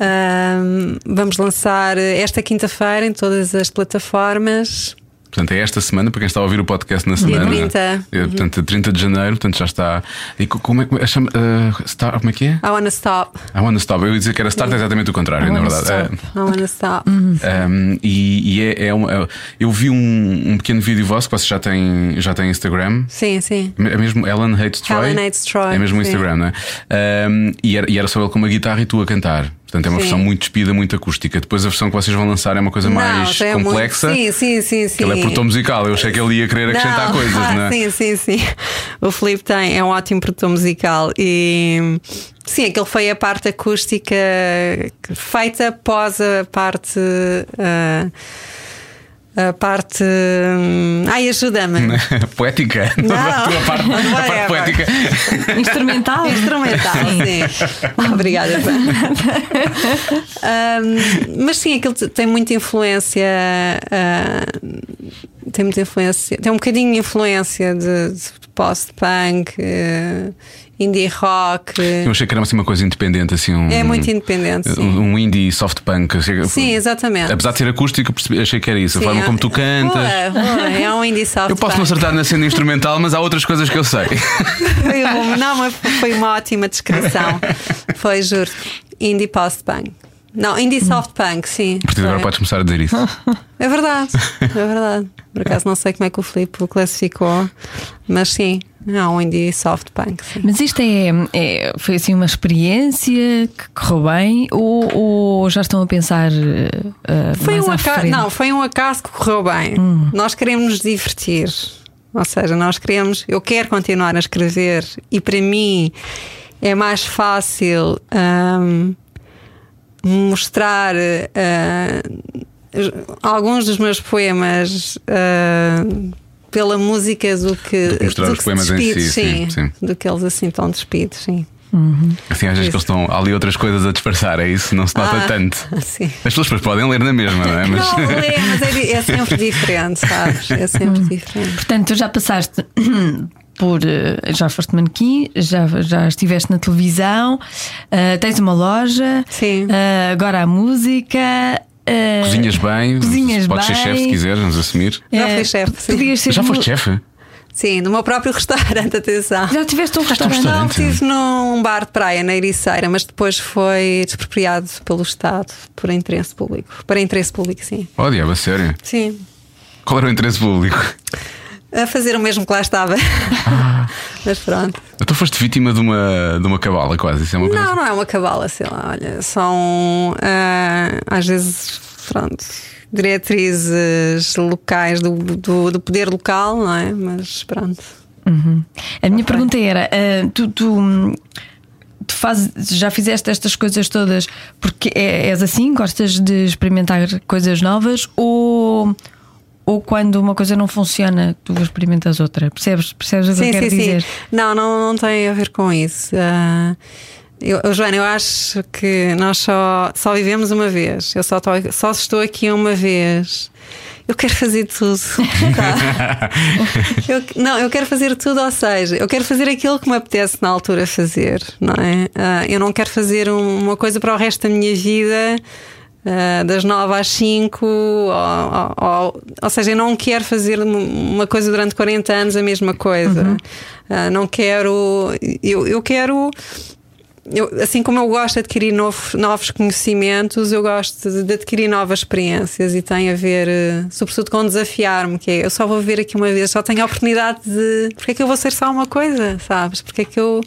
Ahm, vamos lançar esta quinta-feira em todas as plataformas. Portanto, é esta semana, para quem está a ouvir o podcast na semana. 30. É, portanto, 30 de janeiro, portanto já está. E co- como é que. Chama, ah, Star- como é que é? I wanna stop. I wanna stop. Eu ia dizer que era start, é exatamente o contrário, I na Wanna verdade. Stop. É. I wanna Uhum. stop. Um, e e é, é uma- é- eu vi um, um pequeno vídeo vosso que vocês já têm, já têm Instagram. Sim, sim. É mesmo Ellen Hates Troy? Ellen Hates Troy, É mesmo o sim. Instagram, não é? Um, e, era, e era só ele com uma guitarra e tu a cantar. Portanto, é uma Sim. versão muito despida, muito acústica. Depois a versão que vocês vão lançar é uma coisa mais já é muito- complexa. Sim, sim, sim, sim. Ele é produtor musical, eu achei que ele ia querer acrescentar Não. *laughs* coisas, Ah, não é? Sim, sim, sim. O Filipe tem, é um ótimo produtor musical e sim, aquele foi a parte acústica que- feita após a parte. ah, a parte. hum, Ai, *laughs* ajuda-me. *laughs* Poética. Não. A tua *laughs* parte, a Whatever. parte poética. Instrumental. Ah, Instrumental, *laughs* sim. Ah, Obrigada. Zé. Ahm, mas sim, aquilo te- tem muita influência. ah, tem muita influência. Tem um bocadinho de influência de, de post-punk, eh, indie rock. Eu achei que era assim uma coisa independente, assim. Um, É muito independente. Sim, Um, um indie soft punk. assim, Achei- Sim, exatamente. Apesar de ser acústico, percebi- achei que era isso. A É. Sim, forma é- como tu cantas. Boa, boa, é um indie soft Eu posso não acertar na cena instrumental, mas há outras coisas que eu *laughs* sei. Foi um- não, mas foi uma *laughs* ótima descrição. Foi, juro. Indie post-punk. Não, indie soft punk, sim. A partir de agora Foi. podes começar a dizer isso. É verdade, é verdade. Por acaso não sei como é que o Filipe o classificou, mas sim, é um indie soft punk. sim. Mas isto é, é- foi assim uma experiência que correu bem ou, ou já estão a pensar eh, Foi mais um à acaso, frente? Hum. não, foi um acaso que correu bem. Nós queremos nos divertir. Ou seja, nós queremos, eu quero continuar a escrever e para mim é mais fácil hum, mostrar eh, os- alguns dos meus poemas eh, pela música do que, que mostrar do os que poemas em despidos, si, sim, sim. do que eles assim estão despidos, sim. Assim, às vezes que eles estão há ali outras coisas a disfarçar, é isso? Não se nota Ah, tanto. *laughs* sim. As pessoas depois podem ler na mesma, não é? Mas Não, lê, mas é, di- é sempre diferente, sabes? É sempre Hum. diferente. Portanto, tu já passaste *clears throat* por. eh, Já foste manequim, já, já estiveste na televisão, eh, tens uma loja, Sim. eh, agora a música. eh, *laughs* cozinhas bem, Cozinhas podes bem. ser chefe se quiseres, vamos assumir. Já eh, fui chefe, sim. podias ser Já mu- foste chefe? Sim, do meu próprio *laughs* restaurante, atenção. Já tiveste um restaurante? Não, restaurante? estive num bar de praia na Ericeira, mas depois foi expropriado pelo Estado por interesse público. Para interesse público, sim. Oh, diabo, a sério. Sim. Qual era o interesse público? *laughs* A fazer o mesmo que lá estava. Ah. *laughs* mas pronto. Então foste vítima de uma, de uma cabala, quase. Isso é uma coisa. Não, não é uma cabala, sei lá, olha. São ah, às vezes, pronto, diretrizes locais do, do, do poder local, não é? Mas pronto. A minha pergunta era: ah, tu, tu- tu fazes- já fizeste estas coisas todas porque é- és assim? Gostas de experimentar coisas novas? Ou, ou quando uma coisa não funciona, tu experimentas outra? Percebes, percebes o que eu quero dizer? Não, não, não tem a ver com isso. Ah, eu, eu, Joana, eu acho que nós só, só vivemos uma vez. Eu só, to- só estou aqui uma vez. Eu quero fazer *laughs* tudo. tá? *laughs* Eu- não, eu quero fazer tudo, ou seja, eu quero fazer aquilo que me apetece na altura fazer, não é? Ah, eu não quero fazer um- uma coisa para o resto da minha vida. ah, das 9 às 5, ou, ou, ou- ou seja, eu não quero fazer um- uma coisa durante 40 anos a mesma coisa. Ah, não quero. Eu, eu quero. eu- assim como eu gosto de adquirir novo- novos conhecimentos, eu gosto de, de adquirir novas experiências e tem a ver, eh, sobretudo, com desafiar-me, que é eu só vou ver aqui uma vez, só tenho a oportunidade de. Porque é que eu vou ser só uma coisa, sabes? Porque é que eu.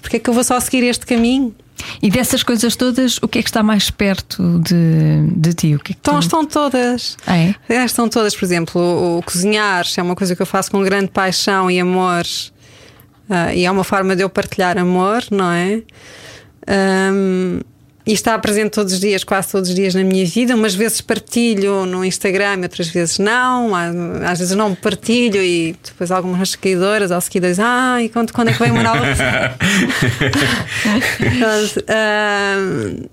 Porque é que eu vou só seguir este caminho? E dessas coisas todas, o que é que está mais perto de, de ti? O que é que tu- Então estão todas. Ah, é? Elas Estão todas, por exemplo, o, o cozinhar é uma coisa que eu faço com grande paixão e amor, ah, e é uma forma de eu partilhar amor, não é? Ahm, e está presente todos os dias, quase todos os dias na minha vida. Umas vezes partilho no Instagram, outras vezes não. Às, às vezes não partilho e depois algumas seguidoras ou seguidores, ah, e quando, quando é que vem uma nova? *laughs* Mas, ahm,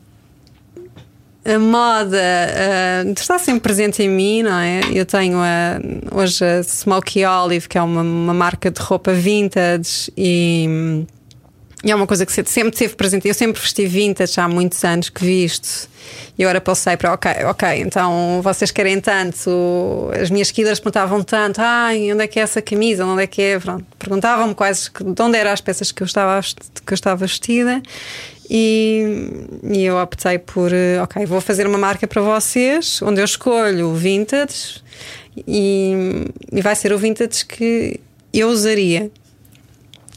a moda ah, está sempre presente em mim, não é? Eu tenho a- hoje a Smoky Olive, que é uma, uma marca de roupa vintage e, e é uma coisa que se- sempre teve presente. Eu sempre vesti vintage há muitos anos que visto. E agora passei para, ok, ok, então vocês querem tanto. As minhas seguidoras perguntavam tanto: ai, onde é que é essa camisa? Onde é que é? Pronto, perguntavam-me quais, de onde eram as peças que eu estava, a vest- que eu estava vestida. E, e eu optei por, eh, ok, vou fazer uma marca para vocês, onde eu escolho o vintage e, e vai ser o vintage que eu usaria.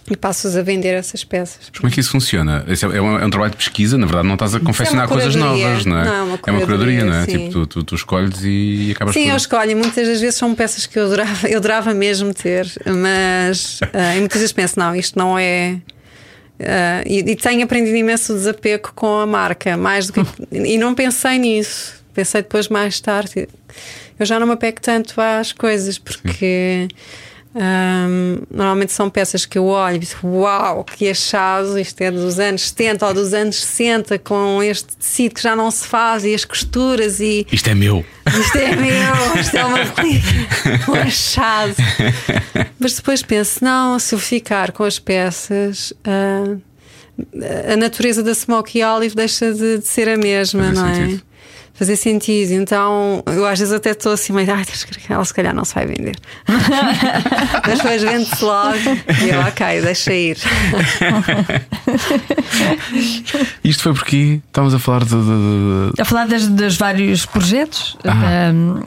E passo-os a vender essas peças. Mas como é que isso funciona? Esse é, é um, é um trabalho de pesquisa, na verdade, não estás a confeccionar coisas É curadoria. novas, não é? Não, é uma é uma curadoria, curadoria, não é? sim. Tipo, tu, tu, tu escolhes e acabas Sim, por. eu escolho. e Muitas das vezes são peças que eu adorava, eu adorava mesmo ter, mas ah, e muitas vezes penso, não, isto não é. ah, e, e tenho aprendido imenso o desapego com a marca, mais *laughs* do que. e não pensei nisso. Pensei depois, mais tarde. Eu já não me apego tanto às coisas, porque. Ahm, normalmente são peças que eu olho e digo, uau, que achado, isto é dos anos 70 ou dos anos 60, com este tecido que já não se faz e as costuras e Isto é meu. isto é meu, isto é uma *laughs* relíquia, um achado. Mas depois penso, não, se eu ficar com as peças, ah, a natureza da Smoky Olive deixa de, de ser a mesma, Fazer não sentido. é? Fazer sentido. Então, eu às vezes até estou assim, mas ai, deixa que- ela se calhar não se vai vender. *laughs* mas depois vende-se logo e eu, ok, deixa ir. Isto foi porque estávamos a falar de. de- de- A falar das, dos vários projetos da,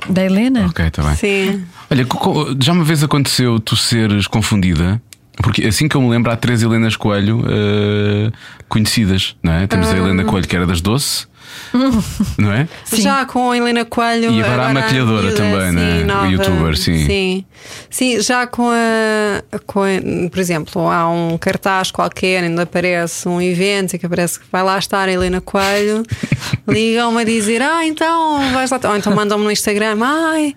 da Helena? Ok, está bem. Sim. Olha, co- co- já uma vez aconteceu tu seres confundida? Porque assim que eu me lembro, há três Helenas Coelho eh, conhecidas, não é? Temos a Ah. Helena Coelho, que era das Doce, não é? Já com a Helena Coelho. E agora a maquilhadora miúda, também, né? sim, nova. Youtuber, sim. sim. Sim, já com a, com a- Por exemplo, há um cartaz qualquer, ainda aparece um evento em que aparece que vai lá estar a *laughs* Helena Coelho. Ligam-me a dizer: Ah, então vais lá. Ou então mandam-me no Instagram: Ai.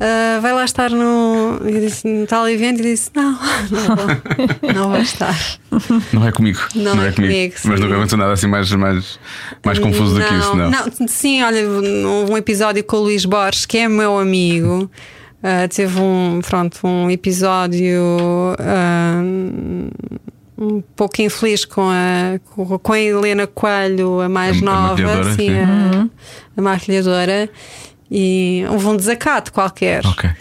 ah, vai lá estar no, eu disse, no tal evento e disse: Não, *laughs* não vou, não *laughs* vou estar. Não é comigo. Não é comigo, sim. Mas nunca aconteceu nada assim mais, mais, mais confuso do que isso, não. sim, olha, houve um episódio com o Luís Borges, que é meu amigo. ah, teve um, pronto, um episódio ah, um pouco infeliz com a, com- com a Helena Coelho, a mais A- a nova, maquilhadora, sim, sim. a, a maquilhadora, e houve um desacato qualquer. Ok. *laughs*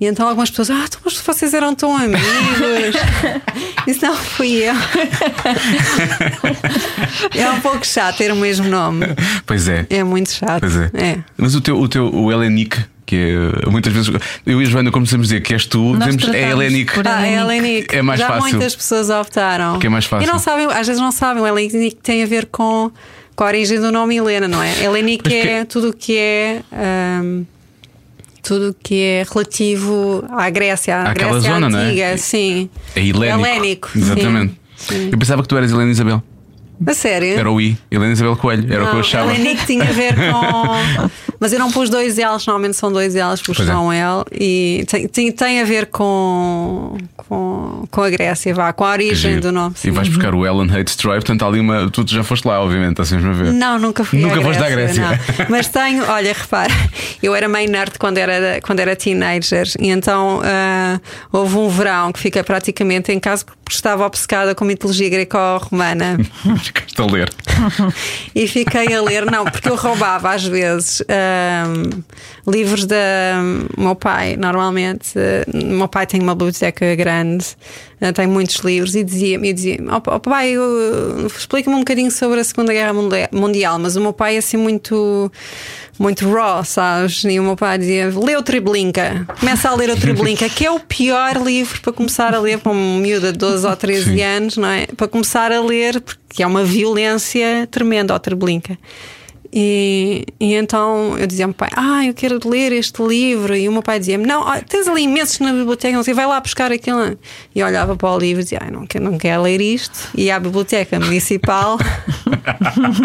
E então algumas pessoas, ah, então, mas vocês eram tão amigos. Isso não fui *laughs* eu. é um pouco chato ter o mesmo nome. Pois é. É muito chato. Pois é. É. Mas o teu, o teu o Helenic, que é muitas vezes. Eu e a Joana, como precisamos dizer que és tu, Nós dizemos é tratamos Helenic. por- Ah, é Helenic. Helenic. É mais Já fácil. muitas pessoas optaram. Porque é mais fácil. E não sabem, às vezes não sabem, o Helenic tem a ver com, com a origem do nome Helena, não é? Helenic Pois é que- tudo o que é. ahm, tudo o que é relativo à Grécia, à Àquela Grécia zona, não é? antiga, sim. É Helénico. Helénico, sim. Exatamente. Sim. Eu pensava que tu eras Helena Isabel. A sério? Era o I. Helena Isabel Coelho. Era o que eu achava. Helenic tinha a *laughs* ver com. Mas eu não pus dois L's, normalmente são dois L's, pus Pois é. só um L. E tem, tem, tem a ver com, com, com a Grécia, vá, com a *laughs* Que origem giro. do nome. E sim. vais buscar o Ellen Hate Stripe, portanto, há ali uma. Tu já foste lá, obviamente, estás mesmo a ver. Não, *laughs* nunca fui Nunca à foste Grécia, à Grécia. não. Mas tenho, olha, repara, eu era meio nerd quando era, quando era teenager e então ah, houve um verão que fiquei praticamente em casa porque estava obcecada com mitologia greco-romana Ficaste a ler. e fiquei a ler, não, porque eu roubava às vezes ahm, livros da meu pai, normalmente. eh, meu pai tem uma biblioteca grande, eh, tem muitos livros, e dizia-me: dizia oh, pai, eu- explica-me um bocadinho sobre a Segunda Guerra Munde- Mundial, mas o meu pai é assim muito. Muito raw, sabes? E o meu pai dizia: lê o Treblinka, começa a ler o Treblinka, que é o pior livro para começar a ler para um miúdo de 12 ou 13 Sim. anos, não é? Para começar a ler, porque é uma violência tremenda ao Treblinka. E, e então eu dizia ao meu pai: Ah, eu quero ler este livro. E o meu pai dizia-me: Não, ah, tens ali imensos na biblioteca, não sei, vai lá buscar aquilo. E eu olhava para o livro e dizia: Ai, não quero, não quero ler isto. E à biblioteca municipal *laughs*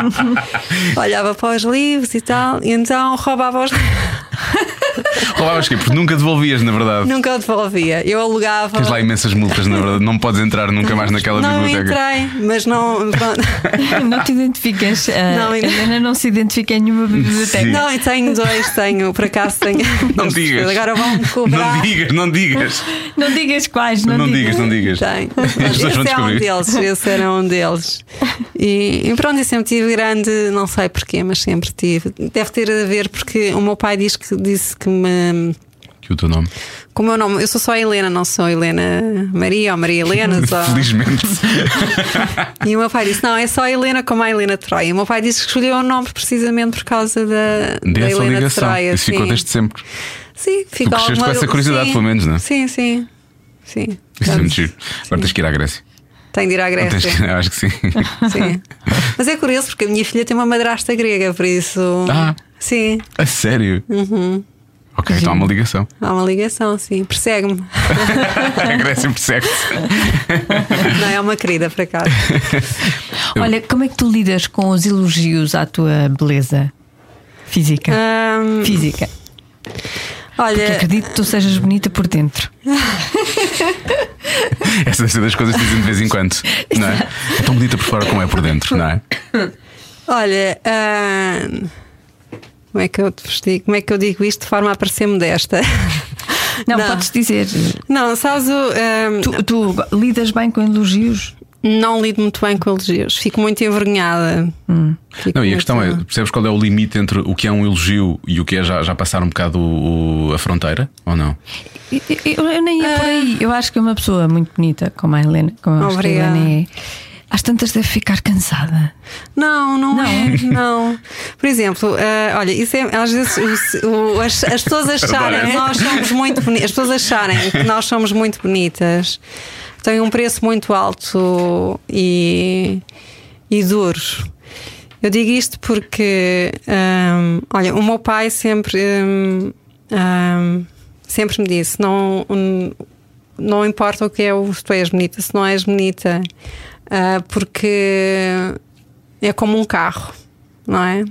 olhava para os livros e tal. E então roubava os Rolavas quê? Porque nunca devolvias, na verdade. Nunca o devolvia. Eu alugava. Tens lá imensas multas, na verdade. Não podes entrar nunca mais naquela não biblioteca. entrei, mas não. *laughs* Não te identificas. Não, Não, ainda- Helena não se identifica em nenhuma biblioteca. Sim. Não, e tenho dois, tenho, por acaso tenho. *laughs* Não digas. Agora vão-me cobrar. Não digas, não digas. Não digas quais, não, Não, digas, não digas. Tem. pessoas Esse vão é um descobrir. deles, esse era um deles. E, e pronto, eu sempre tive grande, não sei porquê, mas sempre tive. Deve ter a ver porque o meu pai diz que, disse que me. Que o teu nome. Com o meu nome, eu sou só Helena, não sou Helena Maria ou Maria *laughs* Helena. Só. Felizmente. E o meu pai disse: Não, é só a Helena como a Helena de Troia. E o meu pai disse que escolheu o nome precisamente por causa da, da Dessa Helena de ligação. Troia. Isso ficou sim. desde sempre. Sim, ficou cresceste alguma- com essa curiosidade, sim. pelo menos, não é? Sim, sim. Sim. Isso é muito Portanto, giro. Agora tens que ir à Grécia. Tenho de ir à Grécia. Tens que, acho que *laughs* sim. Sim. Mas é curioso porque a minha filha tem uma madrasta grega, por isso. Ah. Sim, A sério? Uhum. Ok, então há uma *laughs* ligação. há uma ligação, sim. *laughs* Persegue-me. A Grécia persegue-se. Não, é uma querida, por acaso. Olha, como é que tu lidas com os elogios à tua beleza física? Ah, Ahm, Física. Porque olha, acredito que tu sejas bonita por dentro. Essa deve ser das coisas que dizem de vez em *laughs* quando. Não é? é tão bonita por fora como é por dentro, não é? olha. ahm, como é que eu te vesti? Como é que eu digo isto de forma a parecer *laughs* modesta? Não, Não. podes dizer. Não, sabes o. ahm, Tu, tu lidas bem com elogios? Não lido muito bem com elogios. Fico muito envergonhada. Fico Hum. Não, e a muito- questão é: percebes qual é o limite entre o que é um elogio e o que é já, já passar um bocado o- o- a fronteira? Ou não? Eu, eu- eu nem Ah. ia por aí. Eu acho que é uma pessoa muito bonita, como a Helena, como eu acho que a Obrigada. Helena é. Às tantas deve ficar cansada. *laughs* Não, não, é. Não. Por exemplo, ah, olha, isso é. Às vezes o- o- as, as pessoas acharem que nós somos muito bonitas. As pessoas acharem que nós somos muito bonitas. Têm um preço muito alto e, e duro. Eu digo isto porque, ahm, olha, o meu pai sempre, ahm, ahm, sempre me disse: não, não importa o que é, o- se tu és bonita, se não és bonita, ah, porque é como um carro, não é?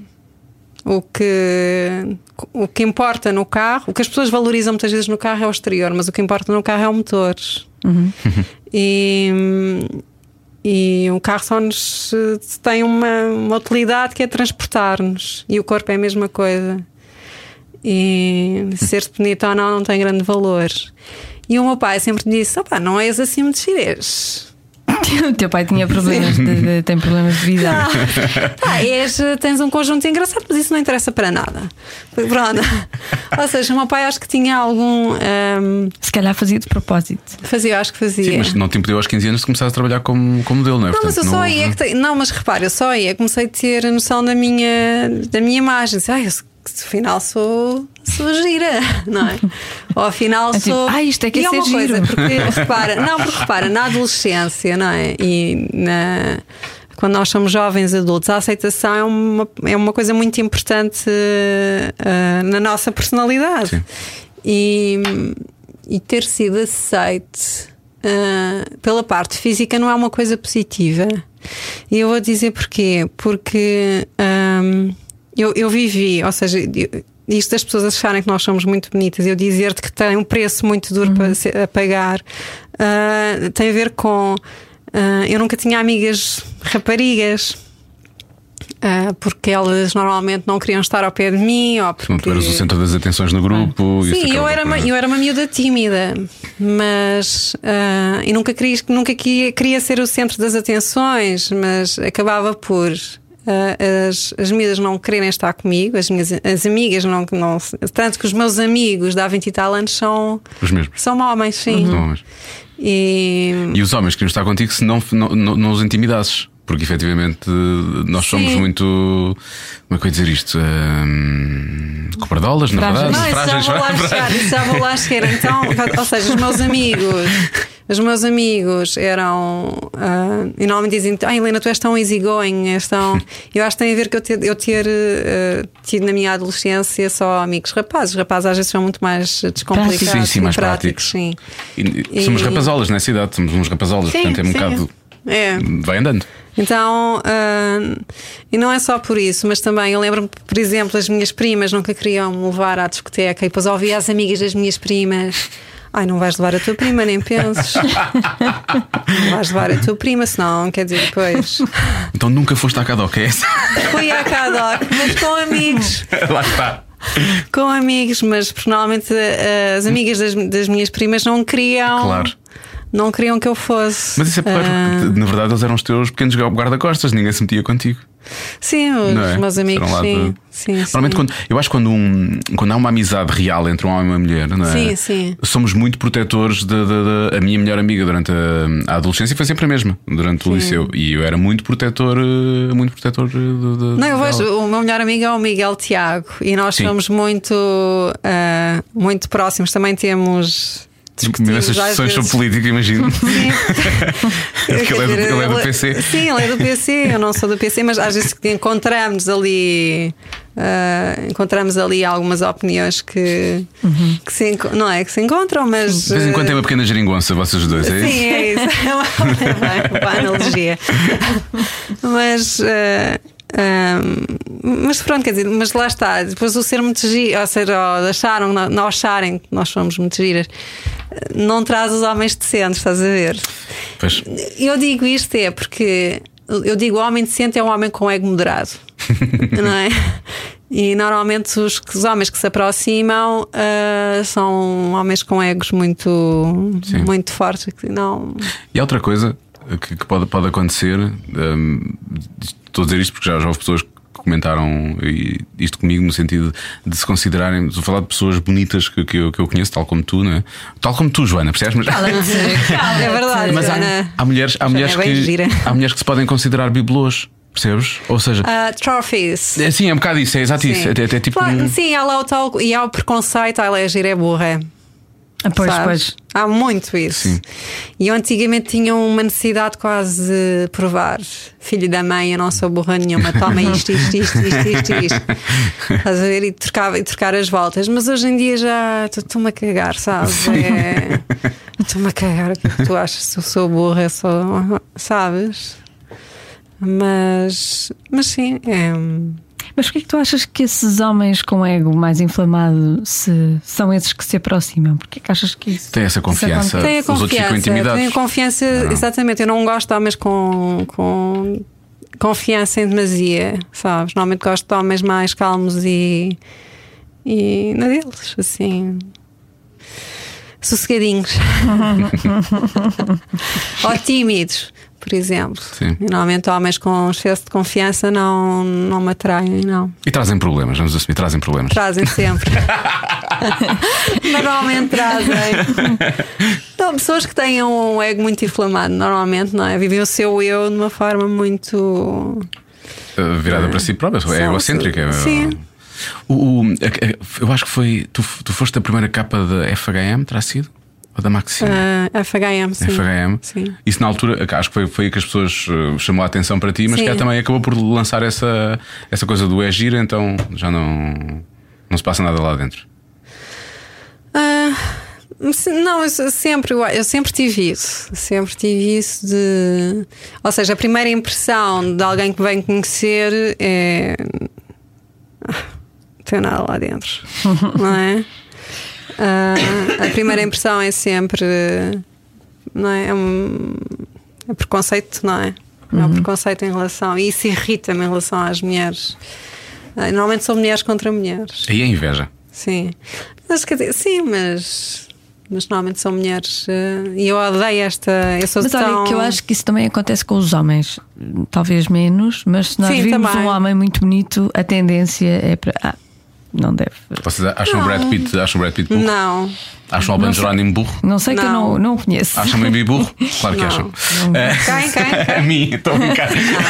O que, o que importa no carro, o que as pessoas valorizam muitas vezes no carro é o exterior, mas o que importa no carro é o motor. *laughs* E, e um carro só nos eh, tem uma, uma utilidade que é transportar-nos, e o corpo é a mesma coisa. E ser bonito ou não não tem grande valor. E o meu pai sempre disse: opá, não és assim muito chinês. O teu pai tinha problemas de, de- tem problemas de vida. Ah, és, tens um conjunto engraçado, mas isso não interessa para nada. Pronto. *laughs* Ou seja, o meu pai acho que tinha algum. ahm, Se calhar fazia de propósito. fazia, acho que fazia. Sim, mas não te impediu aos 15 anos de começar a trabalhar como, como modelo, não é? É. Não, mas eu Portanto, só não- aí é que te- Não, mas repara, eu só aí é que comecei a ter a noção da minha, da minha imagem. Disse, Ai, eu se- afinal sou, sou gira, *laughs* não é? Ou afinal É tipo, sou. "Ah, isto é que é e ser uma coisa, giro." porque repara, não, porque repara, na adolescência, não é? E na. Quando nós somos jovens adultos, a aceitação é uma, é uma coisa muito importante eh, eh, na nossa personalidade. Sim. E, e ter sido aceite ah, pela parte física não é uma coisa positiva. E eu vou dizer porquê. Porque ahm, eu, eu vivi, ou seja, eu- isto das pessoas acharem que nós somos muito bonitas, eu dizer-te que tem um preço muito duro para se- a pagar, ah, tem a ver com. ah, eu nunca tinha amigas raparigas. ah, porque elas normalmente não queriam estar ao pé de mim, ou porque Não, tu eras o centro das atenções no grupo. e tipo isso Ah. Sim, eu acaba era, por- uma, eu era uma miúda tímida, mas. ah, e nunca, queria, nunca queria, queria ser o centro das atenções, mas acabava por. ah, as, as miúdas não quererem estar comigo, as minhas as amigas não, não. Tanto que os meus amigos da 20 e tal anos são. Os mesmos. São homens, sim. São homens. E. E os homens queriam estar contigo se não, não, não, não os intimidasses. Porque efetivamente nós somos Sim. muito. Como é que eu ia dizer isto? Hum, cobardolas, na Frágeis. verdade. Não, isso é já *laughs* vou lá chegar, isso já vou lá chegar. Então, ou seja, os meus amigos, os meus amigos eram. ah, e normalmente dizem: Ah, Helena, tu és tão easygoing, és tão. Eu acho que tem a ver com eu ter, eu ter ah, tido na minha adolescência só amigos rapazes. Os rapazes às vezes são muito mais descomplicados, Sim, sim, e mais práticos. práticos, sim. E- e Somos E- rapazolas nessa idade, somos uns rapazolas, Sim, portanto é um sim. bocado. É. Vai andando. Então, ah, e não é só por isso, mas também eu lembro-me, por exemplo, as minhas primas nunca queriam me levar à discoteca e depois ouvia as amigas das minhas primas. Ai, não vais levar a tua prima, nem *laughs* penses. não vais levar a tua prima, senão, quer dizer, depois. Então nunca foste à Cadoc, é essa? *laughs* Fui à Cadoc, mas com amigos. Lá está. Com amigos, mas porque normalmente ah, as amigas das, das minhas primas não queriam. Claro. Não queriam que eu fosse. Mas isso é claro, Ah, porque na verdade eles eram os teus pequenos guarda-costas, ninguém se metia contigo. sim, os Não é? meus amigos, Era um lado- sim. sim. Normalmente, sim. quando, eu acho que quando, um- quando há uma amizade real entre um homem e uma mulher, não é? Sim, sim. somos muito protetores da, da- da- A minha melhor amiga durante a, a adolescência foi sempre a mesma, durante o liceu. E eu era muito protetor, eh, muito protetor de, de- Não, eu dela. vejo, o meu melhor amigo é o Miguel Tiago e nós Sim. somos muito, ah, muito próximos. Também temos. discutimos Imensas às discussões vezes. sobre política, *laughs* imagino. Quer Porque ele *laughs* é do- dizer, ele é do PC. Sim, ele é do PC, eu não sou do PC, mas às vezes que encontramos ali. ah, encontramos ali algumas opiniões que, que se, enco- não é que se encontram, mas Uhum. De vez em quando tem ah, uma pequena geringonça, vocês dois, é isso? Sim, é isso. *laughs* É uma, é uma boa analogia. Mas. eh, ahm, mas pronto, quer dizer, mas lá está. Depois o ser muito gira, ou seja, ou acharam, não não acharem que nós somos muito giras, eh, não traz os homens decentes, estás a ver? Pois. Eu digo isto é porque eu digo o homem decente é um homem com *laughs* ego moderado, não é? E normalmente os, os homens que se aproximam ah, são homens com egos muito, Sim. muito fortes. que Não, E há outra coisa que, que pode, pode acontecer, hum, estou a dizer isto porque já, já houve pessoas que comentaram e- isto comigo no sentido de se considerarem, estou a falar de pessoas bonitas que, que, eu, que eu conheço, tal como tu, não é? Tal como tu, Joana, percebes? Mas, é *laughs* verdade, mas há, Ana. há mulheres, há, Joana mulheres é bem gira. que, há mulheres que se podem considerar bibelôs, percebes? Ou seja, Ah, trophies. é, sim, é um bocado isso, é exato isso. É, é- é tipo. Claro, um- Sim, há lá o tal. E há o preconceito, ela é gira, é burra. Ah, pois, sabes? pois. Há muito isso. Sim. E eu antigamente tinha uma necessidade quase de provar: filho da mãe, eu não sou burra nenhuma, toma isto, isto, isto, isto, isto, isto. Estás a ver? E trocar, e trocar as voltas. Mas hoje em dia já estou-me a cagar, sabes? É, Estou-me a cagar. O que é que tu achas? Se eu sou burra, eu sou. Sabes? Mas. Mas sim, é. Mas porquê é que tu achas que esses homens com ego mais inflamado se- são esses que se aproximam? Porquê é que achas que isso? Tem essa confiança. Tenho a Os outros ficam confiança. intimidados. Tenho confiança, exatamente. Eu não gosto de homens com, com confiança em demasia, sabes? Normalmente gosto de homens mais calmos e. e na deles, assim. *laughs* sossegadinhos. Ou tímidos. por exemplo. Sim. E Normalmente homens com excesso de confiança não, não me atraem, não. E trazem problemas, vamos assumir, trazem problemas. Trazem sempre. normalmente trazem. Então, pessoas que têm um ego muito inflamado, normalmente, não é? Vivem o seu eu de uma forma muito. Uh, virada para si própria, é São- egocêntrica. Sim. O, o- a- a- eu acho que foi. Tu, tu foste a primeira capa da FHM, terá sido? Ou da Maxine? ah, FHM, sim. FHM. Sim. Isso na altura, eh, acho que foi, foi aí que as pessoas eh, chamou a atenção para ti, mas Sim. que também acabou por lançar essa, essa coisa do Egir, então já não, não se passa nada lá dentro. Ah, se- não, eu se- sempre, eu sempre tive isso. Sempre tive isso de. Ou seja, a primeira impressão de alguém que vem conhecer é. "Ah, Não tem nada lá dentro. não é? Ah, a primeira impressão é sempre. Não é? É, um, é preconceito, não é? É um preconceito em relação. E isso irrita-me em relação às mulheres. Ah, Normalmente são mulheres contra mulheres. Aí é inveja. Sim. Mas quer dizer, sim, mas. Mas normalmente são mulheres. eh, E eu odeio esta. Eu sou Mas tão... olha, que eu acho que isso também acontece com os homens. Talvez menos, mas se nós Sim, virmos também. um homem muito bonito, a tendência é para. Ah, não deve. Vocês acham o Brad Pitt, acham o Brad Pitt burro? Não. Acham o Albano Jerónimo burro? Não sei que eu Não. não, não o conheço. Acham o Baby burro? Claro que Não. *laughs* acham. *laughs* Quem, quem? A mim, estou a brincar. *laughs*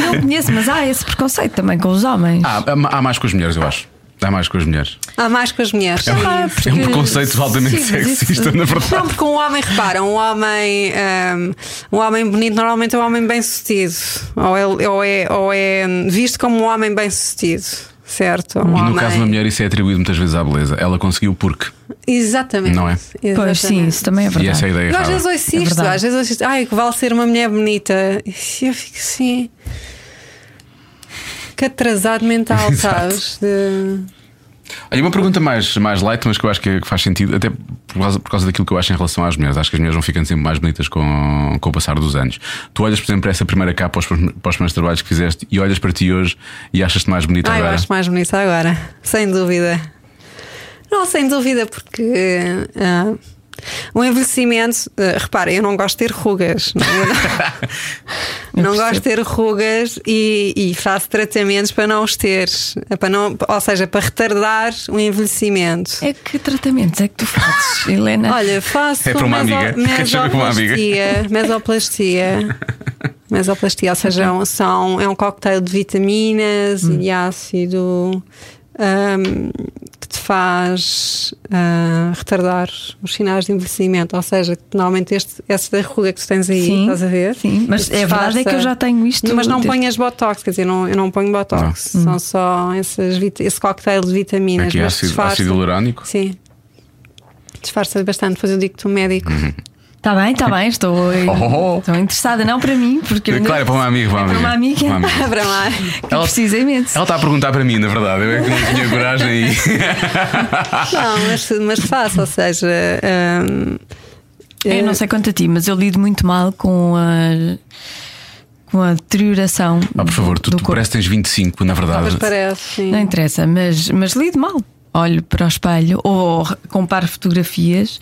Não conheço, mas há esse preconceito também com os homens. Há, há- há mais com as mulheres, eu acho. Há mais com as mulheres. Há mais com as mulheres. Ah, porque- É um preconceito altamente Sim, mas isso- sexista, na verdade. Não, porque um homem, repara, um homem, ehm, um, homem bonito normalmente é um homem bem sucedido. Ou é, ou é, ou é visto como um homem bem sucedido, certo? Um E no homem- caso da mulher, isso é atribuído muitas vezes à beleza. Ela conseguiu porque. Exatamente. Não é? Pois sim, Exatamente. isso também é E essa é a verdade. ideia Eu às vezes errada. ouço É isto, verdade. às vezes ouço isto, ai, que vale ser uma mulher bonita. E eu fico assim. Que atrasado *laughs* mental, Exato. sabes? De- Olha, uma pergunta mais, mais light, mas que eu acho que que faz sentido, até por causa, por causa daquilo que eu acho em relação às mulheres. Acho que as mulheres vão ficando sempre mais bonitas com, com o passar dos anos. Tu olhas, por exemplo, para essa primeira capa, aos, primeiros- para os primeiros trabalhos que fizeste, e olhas para ti hoje e achas-te mais bonita Ah, eu agora. acho mais bonita agora, sem dúvida. Não, sem dúvida, porque ah, o envelhecimento, ah, repara, eu não gosto de ter rugas. Não, eu *laughs* não- não gosto de ter rugas e, e faço tratamentos para não os ter, para não, ou seja, para retardar o envelhecimento. É que tratamentos é que tu *laughs* fazes, Helena? Olha, faço É para uma meso- amiga. *laughs* Quer saber para uma amiga? mesoplastia, *laughs* mesoplastia. Mesoplastia, ou seja, é um- são, é um cocktail de vitaminas Hum. e de ácido ahm, que te faz ah, retardar os sinais de envelhecimento. Ou seja, que normalmente este, essa ruga que tu tens aí, Sim, estás a ver? sim, mas é verdade é que eu já tenho isto Ah. Hum. Mas não desde- ponhas botox, quer dizer, não, eu não ponho botox. São só essas, vit- esse cocktail de vitaminas. Aqui é mas ácido, disfarça. ácido hialurónico. Sim. Disfarça bastante, depois eu digo-te um médico. *laughs* Está Tá bem, está bem, estou, Oh. estou interessada, não para mim, porque eu ainda- Claro, é para uma amiga. Para uma É para amiga. uma amiga. Para uma Abra lá. que precisa imenso. Ela está a perguntar para mim, na verdade. Eu é que não tinha coragem aí. Não, mas, mas faço, ou seja. hum, eh, Eu não sei quanto a ti, mas eu lido muito mal com a, com a deterioração. Ah, por favor, tu, do tu corpo. parece que tens 25, na Mas verdade. parece, sim. Não interessa, mas, mas lido mal. Olho para o espelho ou comparo *laughs* fotografias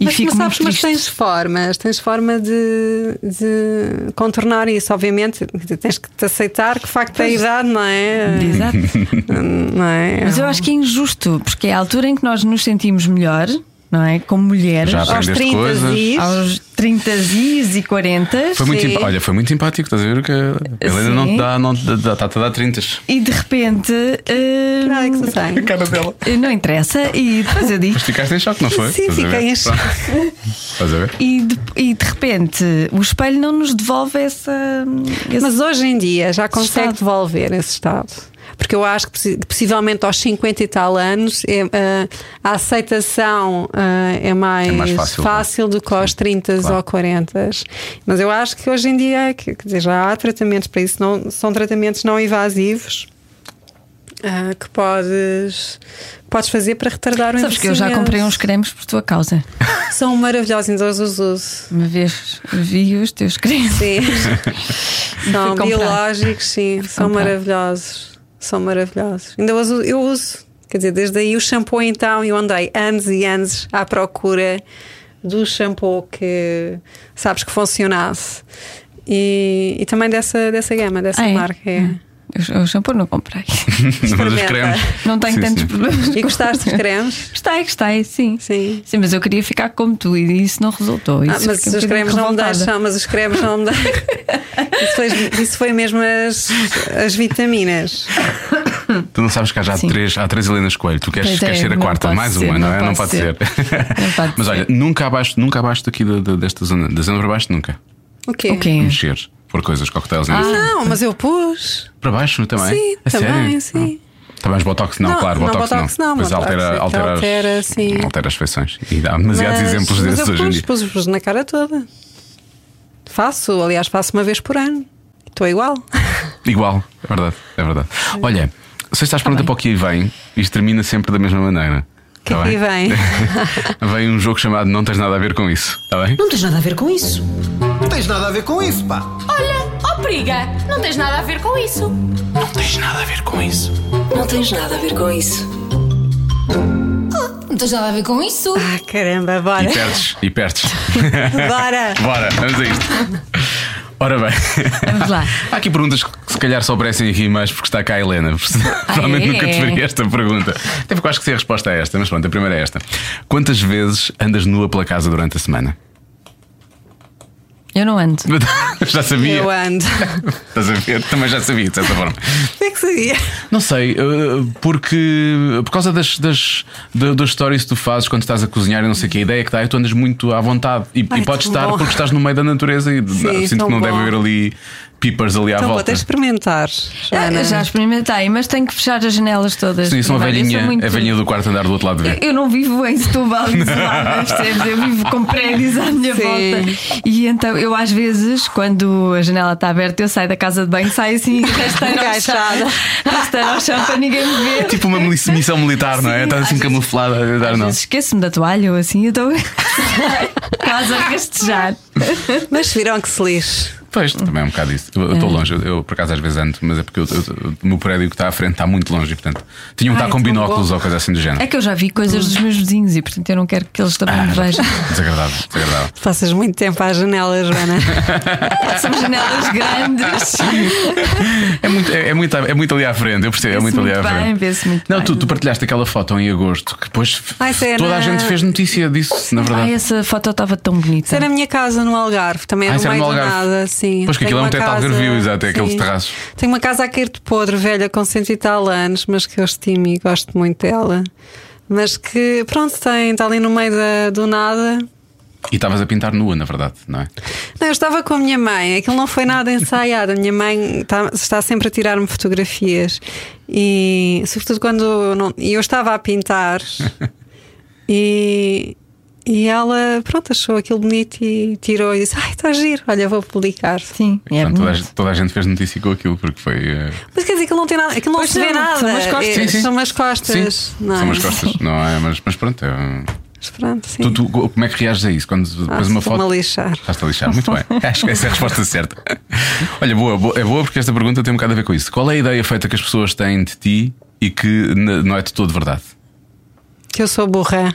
e mas fico tu sabes, muito triste. mas tens formas, tens forma de, de contornar isso, obviamente. Tens que te aceitar que de facto a idade, não é? Exato. Não é? Mas eu acho que é injusto, porque é a altura em que nós nos sentimos melhor, não é? Como mulheres, Já aos aprendeste 30 coisas. dias. aos 30 e 40 Foi muito Sim. simpa- Olha, foi muito simpático, estás a ver? Que a Helena Sim. não te dá, não te dá, está a dar 30. e de repente hum, Não, é que se tem. Cara dela. não interessa e depois eu digo Mas ficaste em choque, não foi? Sim, Estás a ver? fiquei em choque. Pronto. Estás a *laughs* ver? e de, e de repente o espelho não nos devolve essa. esse- Mas hoje em dia já consegue estado. devolver esse estado. Porque eu acho que possi- que possivelmente aos 50 e tal anos é, ah, a aceitação ah, é, mais É mais fácil, do que aos 30 claro. ou 40. Mas eu acho que hoje em dia que- quer dizer, já há tratamentos para isso, não, são tratamentos não invasivos. ah, que podes, podes fazer para retardar o Sabes que eu já comprei uns envelhecimento. cremes por tua causa. São maravilhosos, ainda os uso. Uma vez vi os teus cremes. *laughs* Sim. são comprar. biológicos, sim. São comprar. maravilhosos. São maravilhosos. Ainda uso, eu uso. Quer dizer, desde aí o shampoo então eu andei anos e anos à procura do shampoo que sabes que funcionasse. E, e também dessa, dessa gama, dessa Ah, é? marca. é. Eu- eu O shampoo não comprei. Mas os Experimenta. cremes. Não tenho Sim, tantos sim. problemas. E com- gostaste *laughs* dos cremes? Gostei, gostei, sim. Sim. Sim, mas eu queria ficar como tu e isso não resultou. Ah, Isso mas fiquei um os bocadinho cremes não me revoltada. deixam, mas os cremes *laughs* não me deixam. Isso foi, isso foi mesmo as, as vitaminas. Tu não sabes que há já Sim. três, há três Helenas Coelho, tu queres, Pois é, queres ser a não quarta, pode mais ser, uma, não, não é? pode não pode ser. ser. *laughs* Não pode Mas olha, ser. nunca abaixo, nunca abaixo daqui da, da- desta zona, da zona para baixo, nunca. O quê? O quê? Mexer, pôr coisas, coquetéis Ah. nisso. Não, mas eu pus. Para baixo também? Sim, A também, é? sério? Ah, sim. Também os botox não, Não, claro, não, botox, botox não, Pois botox é altera, que altera, as- altera, sim. altera as feições. E há demasiados mas, exemplos mas desses eu hoje em pus, dia. pus, pus na cara toda. Faço, aliás, faço uma vez por ano. *laughs* Estou igual. Igual, é verdade, é verdade. Olha, se estás pronta bem. para o que aí vem, isto termina sempre da mesma maneira. Tá O Tá que é que bem? aí vem? *laughs* Vem um jogo chamado Não Tens Nada a Ver com Isso, está bem? Não tens nada a ver com isso. Não tens nada a ver com isso, pá. Olha, ó periga, não tens nada a ver com isso. Não tens nada a ver com isso. Não tens nada a Então ver com isso. Ah, caramba, E bora. perdes, e perdes. *laughs* Bora. Bora, vamos a isto. Ora bem. Vamos lá. Há aqui perguntas que se calhar só aparecem aqui mais porque está cá a Helena. Ah, é? Provavelmente nunca te faria esta pergunta. Até porque eu acho que sei a resposta é esta, mas pronto, a primeira é esta. Quantas vezes andas nua pela casa durante a semana? *laughs* Eu não ando. já sabia. ah. *laughs* Eu ando. Estás a ver? Também já sabia, de certa forma. Como é que seria? Não sei, eh, porque por causa das, das, da- dos stories que tu fazes quando estás a cozinhar e não sei que, a ideia que dá é que tu andas muito à vontade e, Ai, e podes tão estar bom. porque estás no meio da natureza e Sim, sinto tão que não deve bom. haver ali pipas ali à Então vou volta. É, até experimentar. Ah, Joana. Já experimentei, mas tenho que fechar as janelas todas. Sim, são a Vai, eu sou velhinha, muito- a velhinha do quarto andar do outro lado de Eu, *laughs* ver. eu não vivo em Setúbal *laughs* isolada, percebes? Eu vivo com prédios à minha Sim. volta. E então eu, às vezes, quando a janela está aberta, eu saio da casa de banho, *laughs* saio assim, rasteira ao chão. Encaixada. Rasteira ao chão para ninguém me ver. Tipo uma mili- missão militar, não é? Sim, Estás assim às vezes- camuflada a dar, Às não. vezes esqueço-me da toalha ou assim, eu estou *laughs* quase a rastejar. Mas viram que se lixe. Pois, também é um bocado isso. Eu eu estou longe, eu, eu, por acaso às vezes ando, mas é porque eu- eu- o meu prédio que está à frente está muito longe e portanto tinha um que Ai, estar com é tão binóculos bom. ou coisa assim do género. É que eu já vi coisas dos meus vizinhos e portanto eu não quero que eles também Ah. *laughs* me vejam. Desagradável, desagradável. Passas muito tempo à *laughs* janela, Joana. São janelas grandes. É muito, é, é muito, é muito ali à frente, eu percebo, é Vê-se muito ali muito à bem, frente. vê-se muito não, bem. tu, tu partilhaste aquela foto em agosto que depois Ai, sei, toda a na- gente fez notícia disso, na Ai, é verdade. essa foto estava tão Isso bonita. era a minha casa no Algarve, também Ah, era isso no era meio no do Algarve. nada, sim. Pois que Tenho aquilo é um uma teto casa- algarvio, exato, é aqueles sim. terraços. Tenho uma casa a cair de podre, velha, com cento e tal anos, mas que eu estimo e gosto muito dela. Mas que, pronto, tem, está ali no meio da- do nada. E estavas a pintar nua, na verdade, não é? Não, eu estava com a minha mãe, aquilo não foi nada ensaiado. A minha mãe está, está sempre a tirar-me fotografias e, sobretudo, quando eu não- e eu estava a pintar e, e ela, pronto, achou aquilo bonito e tirou e disse: Ai, está giro, olha, vou publicar. Sim, é Portanto, toda, a, bonito. gente- toda a gente fez notícia com aquilo, porque foi. eh, Mas quer dizer, aquilo não tem nada, aquilo não Pois se vê não, nada. são umas costas. É, Sim, sim. São umas costas. sim, não é? são umas costas, não é? Mas, mas pronto, é um- Mas pronto, sim. tu, tu, como é que reages a isso? Quando depois uma estou-me foto. a lixar. Estás-te a lixar, muito bem. Acho que essa é a resposta certa. Olha, boa, boa- é boa porque esta pergunta tem um bocado a ver com isso. Qual é a ideia feita que as pessoas têm de ti e que n- não é de todo verdade? Que eu sou burra.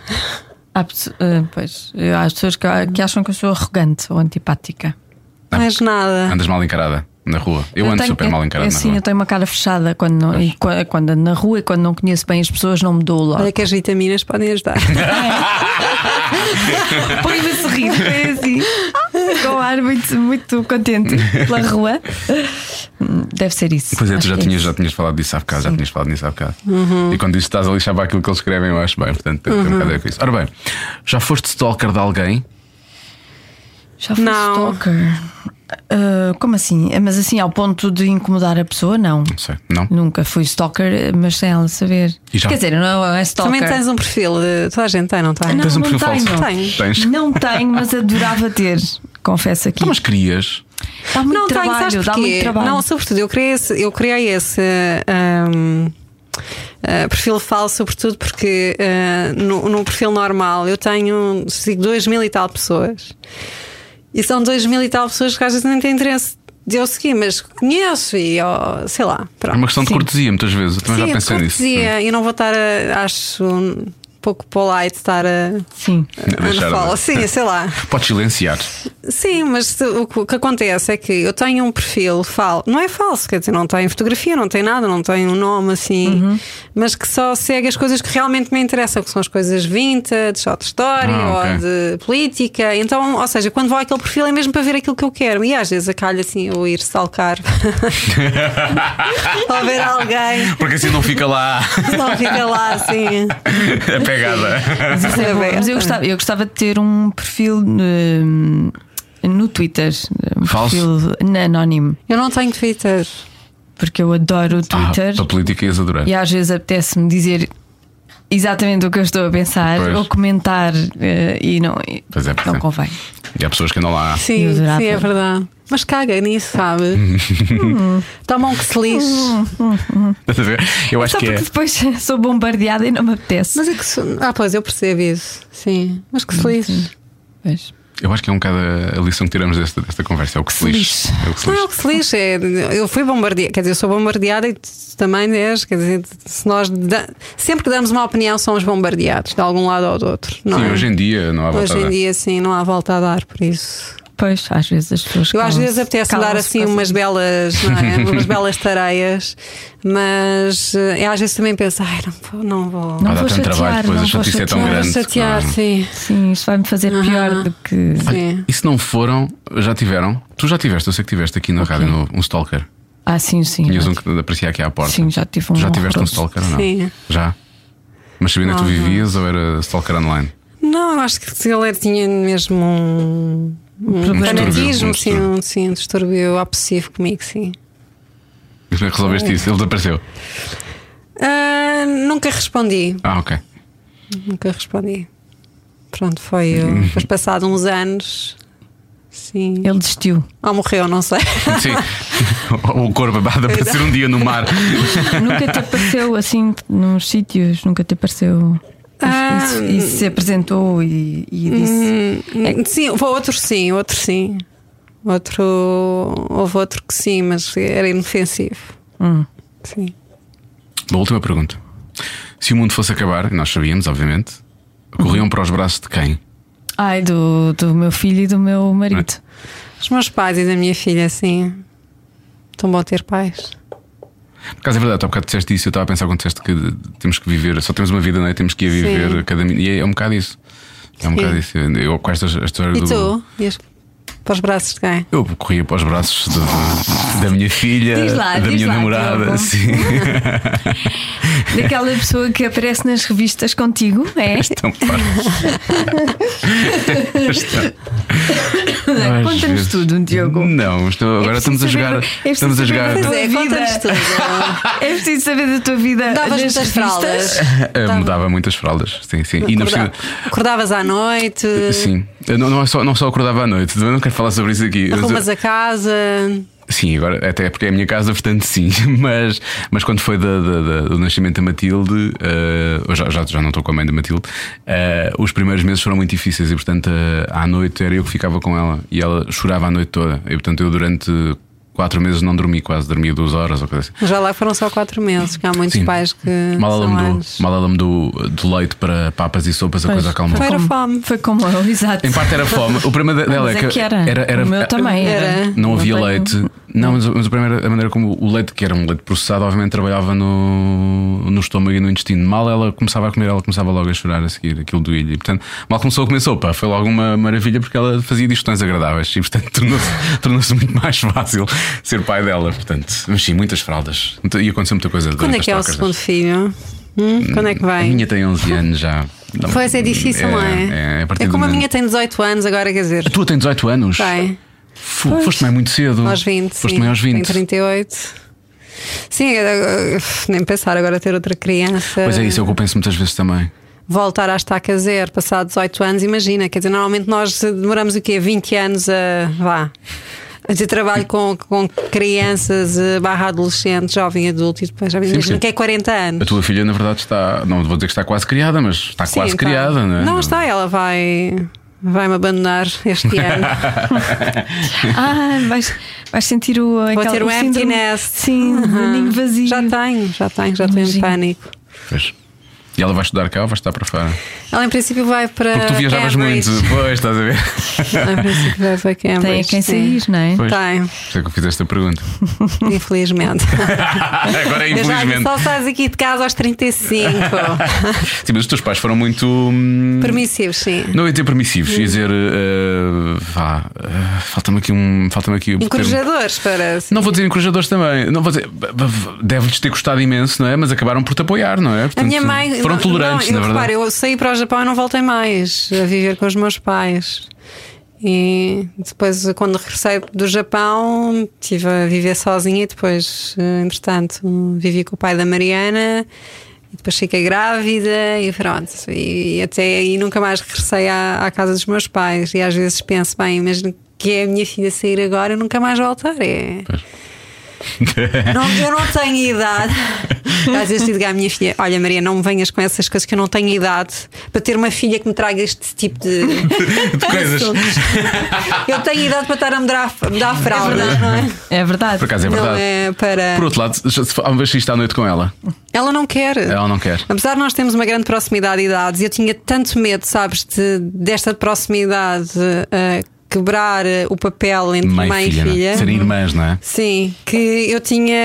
Há, pesso- ah, pois, há as pessoas que, que acham que eu sou arrogante ou antipática. Não. Mais nada. Andas mal encarada na rua. Eu, ando tenho- super mal encarado é, na Sim, rua. eu tenho uma cara fechada quando, não, e qua- quando ando na rua e quando não conheço bem as pessoas, não me dou logo. Olha que as vitaminas podem *laughs* ajudar. Põe-me a sorrir, foi é *laughs* assim, com um ar muito, muito contente pela rua. Hum, Deve ser isso. Pois é, tu Acho já que é tinhas, isso. já tinhas falado disso há bocado, já tinhas falado nisso há bocado. E quando dizes que estás a lixar para aquilo que eles escrevem, eu acho bem, portanto tem, tem um bocado a ver com isso. Ora bem, já foste stalker de alguém? Já fui Não. stalker. Ah, como assim? Ah, Mas assim, ao ponto de incomodar a pessoa, não. Não sei, não? Nunca fui stalker, eh, mas sem ela saber. E já- Quer dizer, não é stalker. Também tens um perfil. de- Toda a gente tem, não tem? Ah, Não, Tens um não perfil tenho. falso? Tenho. Tens. Não tenho, mas adorava ter. Confesso aqui. Então, mas querias? Dá muito não trabalho, tenho, sabes dá porquê? muito trabalho. Não, sobretudo, eu criei esse, eu criei esse ahm, ah, perfil falso, sobretudo porque ah, no, no perfil normal eu tenho sigo dois mil e tal pessoas. E são dois mil e tal pessoas que às vezes nem têm interesse de eu seguir, mas conheço e ó, sei lá. É Pronto. uma questão de cortesia, muitas vezes. Eu também Sim, é já de pensei nisso. cortesia, E não vou estar a, acho. um pouco polite estar a. Sim. Deixar- Unfollow. Sim, sei lá. Podes silenciar. Sim, mas se- o que o que acontece é que eu tenho um perfil falso, não é falso, quer dizer, não tem fotografia, não tem nada, não tem um nome assim, Uhum. mas que só segue as coisas que realmente me interessam, que são as coisas vintage, ou de história, Ah, ok. ou de política. Então, ou seja, quando vou àquele perfil é mesmo para ver aquilo que eu quero. E às vezes acalho assim, ou ir *laughs* stalkar ou *laughs* ver alguém, Porque assim não fica lá não fica lá *laughs* assim. a pegada. Mas, isso é bom. Mas eu, gostava, eu gostava de ter um perfil hum, no Twitter. Um Falso? perfil n- anónimo. Eu não tenho Twitter. Porque eu adoro o Ah, Twitter. para a política ias adorar. E às vezes apetece-me dizer exatamente o que eu estou a pensar Pois. ou comentar eh, e não, e Pois é, não portanto. convém. E há pessoas que andam lá. Sim, Eu adorava. sim, é verdade. Mas caga nisso, sabes? Hum. Toma um que se lixe. Estás a ver? Eu acho Só que porque é. depois *laughs* sou bombardeada e não me apetece. Mas é que se... Ah, pois, eu percebo isso. Sim. Mas que se lixe. Mas, Eu acho que é um bocado a- a lição que tiramos desta, desta conversa. É o que se Se lixe. É o que se Não é lixe. o que se lixe. É, eu fui bombardeada. Quer dizer, eu sou bombardeada e tu também és. Quer dizer, se nós da- sempre que damos uma opinião, somos bombardeados de algum lado ou do outro. Não Sim, é? hoje em dia não há volta Hoje a em dar. dia, sim, não há volta a dar por isso. pois, às vezes as pessoas. Eu às calam-se- vezes apetece dar calam-se por assim causa umas disso. belas, não é? umas belas tareias, mas eh, às vezes também penso, ai, não vou, não vou. Não Ah, dá vou tanto chatear, trabalho, depois a não vou chatice é tão chatear. Não vou grande. chatear, não. sim. Sim, isto vai-me fazer Aham. pior do que. Sim. E se não foram, já tiveram? Tu já tiveste, eu sei que tiveste aqui na rádio no- um stalker. Ah, sim, sim. Tinhas um que aparecia aqui à porta. Sim, já tive um Tu já tiveste um horroroso. stalker ou não? Sim. Já. Mas sabia onde é que tu Não, não. vivias ou era stalker online? Não, eu acho que se ele tinha mesmo um. Um Problema. fanatismo, Um distúrbio, um sim, um, sim, um distúrbio obsessivo comigo, E sim. como é que Resolveste isso, ele desapareceu. Ah, nunca respondi, Ah, ok. *laughs* nunca respondi. Pronto, foi. eu- *laughs* Depois, passado uns anos, sim. Ele desistiu. Ou morreu, não sei. Sim. *laughs* Ou o corpo a aparecer um dia no mar. Nunca te apareceu assim nos sítios, nunca te apareceu. Ah, Isso- E se apresentou e, e disse. É Hum, Sim, houve outro sim, outro sim. Outro. Houve outro que sim, mas era inofensivo. Hum. Sim. Uma última pergunta. Se o mundo fosse acabar, e nós sabíamos, obviamente, corriam para os braços de quem? Ai, do, do meu filho e do meu marido. Os meus pais e da minha filha, sim. Tão bom ter pais. Por acaso é verdade, tu há bocado disseste isso, eu estava a pensar quando disseste que temos que viver, só temos uma vida, não é? Temos que ir viver Sim. cada min- E é um bocado isso. É um Sim. bocado isso. Eu com esta a história E do. tu? Ias para os braços de quem? Eu corria para os braços de- da minha filha, Diz lá, da diz minha lá, namorada. Diogo. Sim. *laughs* é? Daquela pessoa que aparece nas revistas contigo, é? Estão parvos. é. Às Conta-nos vezes. tudo, Diogo. Não, estou- agora É estamos preciso a jogar. saber- é preciso estamos a saber jogar. da Pois tua é, vida. conta-nos *laughs* tudo. É preciso saber da tua vida. Davas nas muitas revistas. fraldas. Tá Ah, Mudava muitas fraldas. Sim, sim. E na Acorda- Acordavas à noite, Sim, Eu não, não, é só, não só acordava à noite, também não quero falar sobre isso aqui. Mas eu- arrumas a casa. Sim, agora até porque é a minha casa, portanto sim. *laughs* Mas, mas quando foi da- da- da- do nascimento da Matilde, eh, eu já, já, já não estou com a mãe da Matilde, eh, os primeiros meses foram muito difíceis e, portanto, eh, à noite era eu que ficava com ela e ela chorava a noite toda. E, portanto, eu durante quatro meses não dormi quase, dormia duas horas ou coisa assim. Já lá foram só quatro meses, que há muitos Sim. pais que. Mal ela são mudou, anos. mal ela mudou do leite para papas e sopas, a Pois, coisa acalmou. Foi a como- é fome. Foi como eu, exato. Em parte era fome. O problema de- dela Mas é que, era. era- o meu também era. Era. Não havia tenho- leite. Não, mas, mas a, primeira, a maneira como o leite, que era um leite processado, obviamente trabalhava no, no estômago e no intestino. Mal ela começava a comer, ela começava logo a chorar a seguir aquilo do ilho. E, portanto, mal começou a comer sopa. Foi logo uma maravilha porque ela fazia digestões agradáveis e, portanto, *laughs* tornou-se tornou muito mais fácil ser pai dela. Portanto, mas sim, muitas fraldas. Muita- E aconteceu muita coisa Quando durante é as que é o trocas. segundo filho? Hum? Quando é que A vem? minha tem 11 anos já. Pois é difícil, não é? É, a partir como do a momento- minha tem 18 anos, agora quer dizer. A tua tem 18 anos? Tem, Fu- Foste mãe muito cedo. aos 20. Hum. Foste sim. mãe aos 20. Tenho 38. Sim, eu- eu- nem pensar agora ter outra criança. Pois é, isso é o que eu penso muitas vezes também. Voltar a estar a zero, passar 18 anos, imagina. Quer dizer, normalmente nós demoramos o quê? 20 anos a. vá. A dizer, trabalho com, com crianças eh, barra adolescentes, jovem adulto e depois já me Sim, imagino sim. que é 40 A anos. tua filha, na verdade, está. Não vou dizer que está quase criada, mas está Sim, quase tá. criada, não é? Não está, ela vai. vai me abandonar *laughs* este ano. Ah, vais, vais sentir o. Vou aquela- ter o empty síndrome- nest. Sim, o ninho vazio. Já tenho, já tenho, já Imagino. tenho pânico. Pois. E ela vai estudar cá ou vai estar para fora? Ela em princípio vai para. Porque tu viajavas Cambridge. muito, pois, estás a ver? *laughs* Ela em princípio vai para Cambridge. Tem a quem sim. sair, não é? Pois. Tem, Por isso é que eu fiz esta *laughs* pergunta. *laughs* infelizmente. Agora é Eu já disse, infelizmente. só sais aqui de casa aos 35. *laughs* Sim, mas os teus pais foram muito. hum, Permissivos, sim. Não ia ter permissivos, Hum. ia dizer. eh, vá, eh, falta-me aqui um. Falta-me aqui o termo. Encorajadores para. Não vou dizer encorajadores também. Não vou dizer. b- b- Deve-lhes ter custado imenso, não é? Mas acabaram por te apoiar, não é? A Portanto, minha mãe. Foram não, tolerantes, não, eu, na verdade. repara, eu saí para o Japão e não voltei mais a viver com os meus pais. E depois, quando regressei do Japão, estive a viver sozinha e depois, eh, entretanto, vivi com o pai da Mariana. E depois fiquei grávida e pronto. E, e até aí nunca mais regressei à, à casa dos meus pais. E às vezes penso, bem, imagino que é a minha filha sair agora e nunca mais voltar. É, não, eu não tenho idade. Às vezes digo à minha filha: Olha, Maria, não me venhas com essas coisas que eu não tenho idade para ter uma filha que me traga este *laughs* tipo de, de coisas. assuntos." Eu tenho idade para estar a me dar, me dar fralda, não é? É verdade. Por acaso é Não verdade. é para. Por outro lado, já se fa- há uma vez que está à noite com ela. Ela não quer. Ela não quer. Apesar de nós termos uma grande proximidade de idades, eu tinha tanto medo, sabes, de- desta proximidade eh, quebrar eh, o papel entre mãe, Mãe e filha. e não é? filha. Serem irmãs, não é? Sim, que eu tinha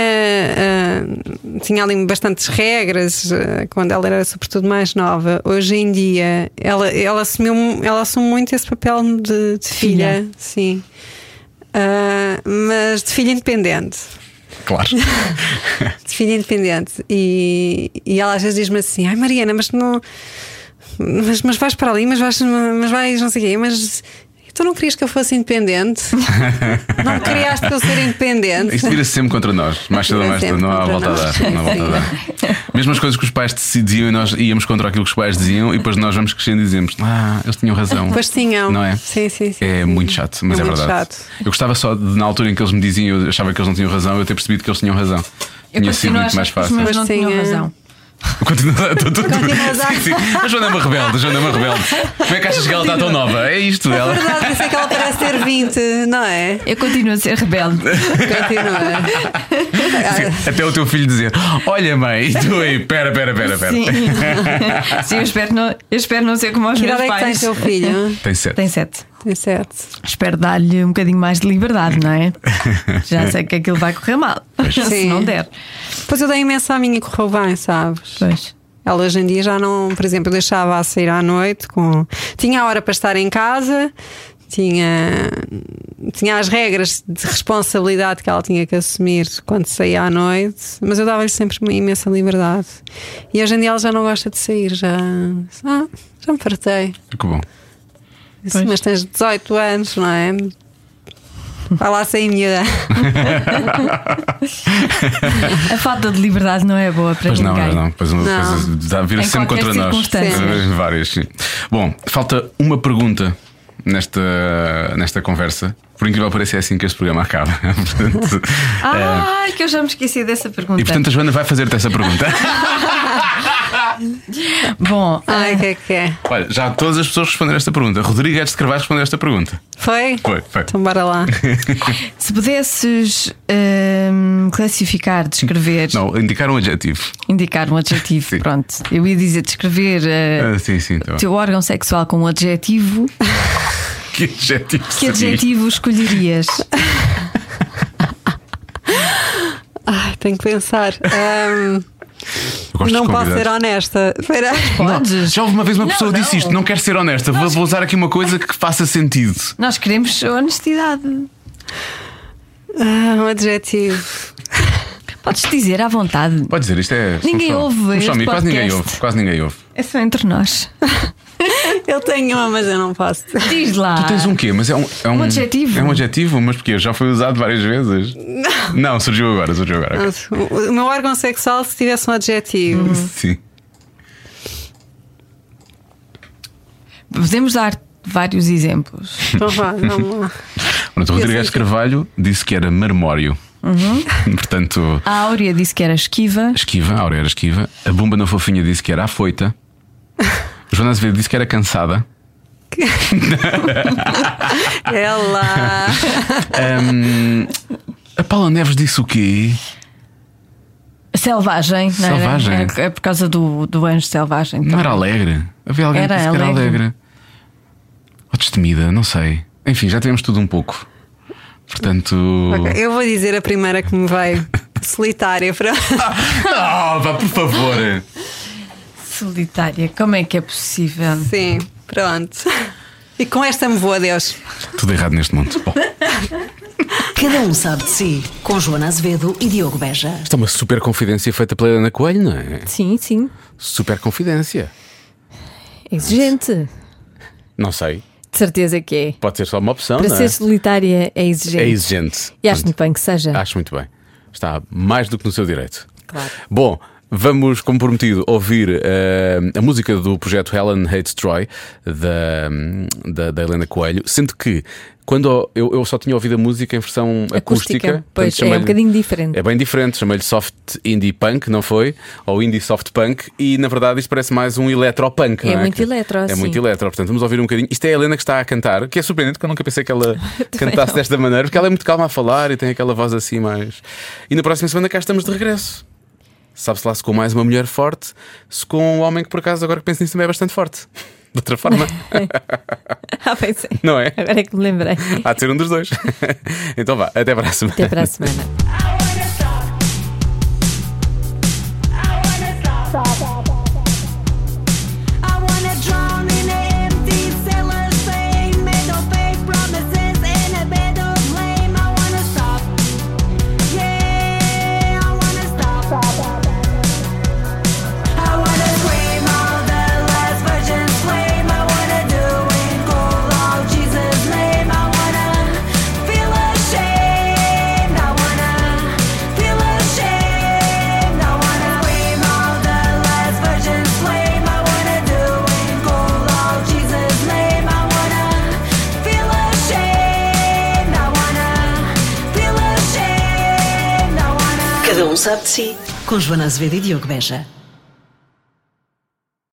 ah, tinha ali bastantes regras ah, quando ela era sobretudo mais nova. Hoje em dia ela ela assumiu ela assume muito esse papel de, de filha, Filha. sim, Ah, mas de filha independente, *laughs* Claro. de filha independente e, e ela às vezes diz-me assim, ai Mariana, mas não mas, mas vais para ali, mas vais, mas vais não sei o quê, mas tu não querias que eu fosse independente? não querias que eu ser independente? Isso vira-se sempre contra nós, mais cedo ou mais tarde, Sempre não há volta contra a nós. dar. Não há volta a dar. Mesmo as coisas que os pais decidiam e nós íamos contra aquilo que os pais diziam e depois nós vamos crescendo e dizemos, ah, eles tinham razão. *laughs* Pois tinham. Não é? Sim, sim, sim. É muito chato, mas é, É muito verdade. chato. Eu gostava só de, na altura em que eles me diziam, eu achava que eles não tinham razão, eu ter percebido que eles tinham razão. Eu Tinha sido continuo a muito achar mais que os fácil. meus não Mas sim, tinham é. razão. Continua, tu, tu, tu. Continuas a- Sim, sim. A Joana é uma rebelde, a Joana é uma rebelde. Como é que achas que ela está tão nova? É isto, É ela. verdade, por isso é que ela parece ter 20, não é? Eu continuo a ser rebelde. *laughs* Continua. Até o teu filho dizer: Olha, mãe, e tu aí, pera, pera, pera, pera. Sim. *laughs* Sim, eu espero não, eu espero não ser como os Que meus idade é que tem pais. teu filho? Tem sete. Tem sete. Tem 7. Espero dar-lhe um bocadinho mais de liberdade, *laughs* não é? Já sei que aquilo vai correr mal. *laughs* Se Sim. não der. Pois eu dei imensa à minha e correu bem, sabes? Pois. Ela hoje em dia já não, por exemplo, eu deixava-a sair à noite com. Tinha a hora para estar em casa, tinha, tinha as regras de responsabilidade que ela tinha que assumir quando saía à noite, mas eu dava-lhe sempre uma imensa liberdade. E hoje em dia ela já não gosta de sair, já. Ah, já me fartei. Que bom. Disse, mas tens 18 anos, não é? Vai lá sem *laughs* miúda. A falta de liberdade não é boa para Pois não, ninguém. não, não. Pois uma Não. coisa dá- vira Em sempre qualquer contra nós. circunstância. Sim. Várias, sim. Bom, falta uma pergunta nesta, nesta conversa. Por incrível que pareça, é assim que este programa acaba. *laughs* Portanto, Ah, eh, Ai, que eu já me esqueci dessa pergunta. e portanto a Joana vai fazer-te essa pergunta. Bom, Ai, o que é que é? Olha, já todas as pessoas responderam esta pergunta. Rodrigues de Carvalho respondeu esta pergunta. Foi? Foi, foi. Então bora lá. se pudesses hum, classificar, descrever, Não, indicar um adjetivo. indicar um adjetivo, Sim. pronto. Eu ia dizer descrever uh, Ah, sim, sim, tá o bem. teu órgão sexual com um adjetivo. Que adjetivo? Que seria? adjetivo escolherias? Ai, tenho que pensar. Ahm, Eu gosto não dos posso convidados. ser honesta. Espera. Podes. Já houve uma vez uma pessoa que disse não. isto, não quero ser honesta, vou, vou usar aqui uma coisa que faça sentido. Nós queremos honestidade. Ah, um adjetivo. Podes dizer à vontade. Pode dizer, isto é. Ninguém só- ouve somos este só amigos, quase ninguém podcast. ouve, quase ninguém ouve. É só entre nós. Eu tenho uma, mas eu não posso. Diz lá. Tu tens um quê? Mas é um, é um, Ah. adjetivo. É um adjetivo, mas porquê? Já foi usado várias vezes. Não, surgiu agora, surgiu agora. ok. Hum. O o meu órgão sexual, se tivesse um adjetivo. Sim. Podemos dar vários exemplos. Então vá, *laughs* vamos lá. Pronto, o Rodrigues sei que- Carvalho disse que era marmório. *laughs* Portanto, A Áurea disse que era esquiva. esquiva, a Aurora era esquiva. A Bumba na Fofinha disse que era afoita. Joana Azevedo disse que era cansada. Ela. Ahm, a Paula Neves disse o quê? Selvagem, não era? Selvagem. É, é por causa do, do anjo selvagem. Não era alegre? Havia alguém Era que disse que era alegre. alegre. Ou destemida, não sei. Enfim, já tivemos tudo um pouco. Portanto. Ok, Eu vou dizer a primeira que me veio. Solitária, *laughs* pronto. *laughs* Ah, vá, por favor! Solitária, como é que é possível? Sim, pronto. E com esta me vou, adeus. tudo errado neste mundo. Bom, Cada um sabe de si. Com Joana Azevedo e Diogo Beja. Isto é uma super confidência feita pela Helena Coelho, não é? Sim, sim. Super confidência. Exigente. Não sei. De certeza que é. Pode ser só uma opção, Para não ser é? solitária é exigente. É exigente. Ah. E acho Pronto. muito bem que seja. Acho muito bem. Está mais do que no seu direito. Claro. Bom, vamos, como prometido, ouvir eh, a música do projeto Helen Hates Troy, da, hum, da, da Helena Coelho, sendo que quando eu, eu só tinha ouvido a música em versão acústica. Acústica. Pois, portanto, é um chamei-lhe- bocadinho diferente. É bem diferente, chamei-lhe soft indie punk, não foi? Ou indie soft punk, e na verdade isto parece mais um eletropunk. É não muito Que- eletro, É sim. muito eletro, portanto vamos ouvir um bocadinho. Isto é a Helena que está a cantar, que é surpreendente, porque eu nunca pensei *laughs* que ela cantasse desta maneira, porque ela é muito calma a falar e tem aquela voz assim mais. E na próxima semana cá estamos de regresso. Sabe-se lá se com mais uma mulher forte, se com um homem que por acaso agora que penso nisso também é bastante forte. *laughs* De *laughs* outra forma, *laughs* Ah, pensei. não é? Agora é que me *laughs* lembrei. Há de ser um dos dois. Então vá, até para a semana. Até para a semana. Cada um sabe de si. Com Joana Azevedo e Diogo Beja.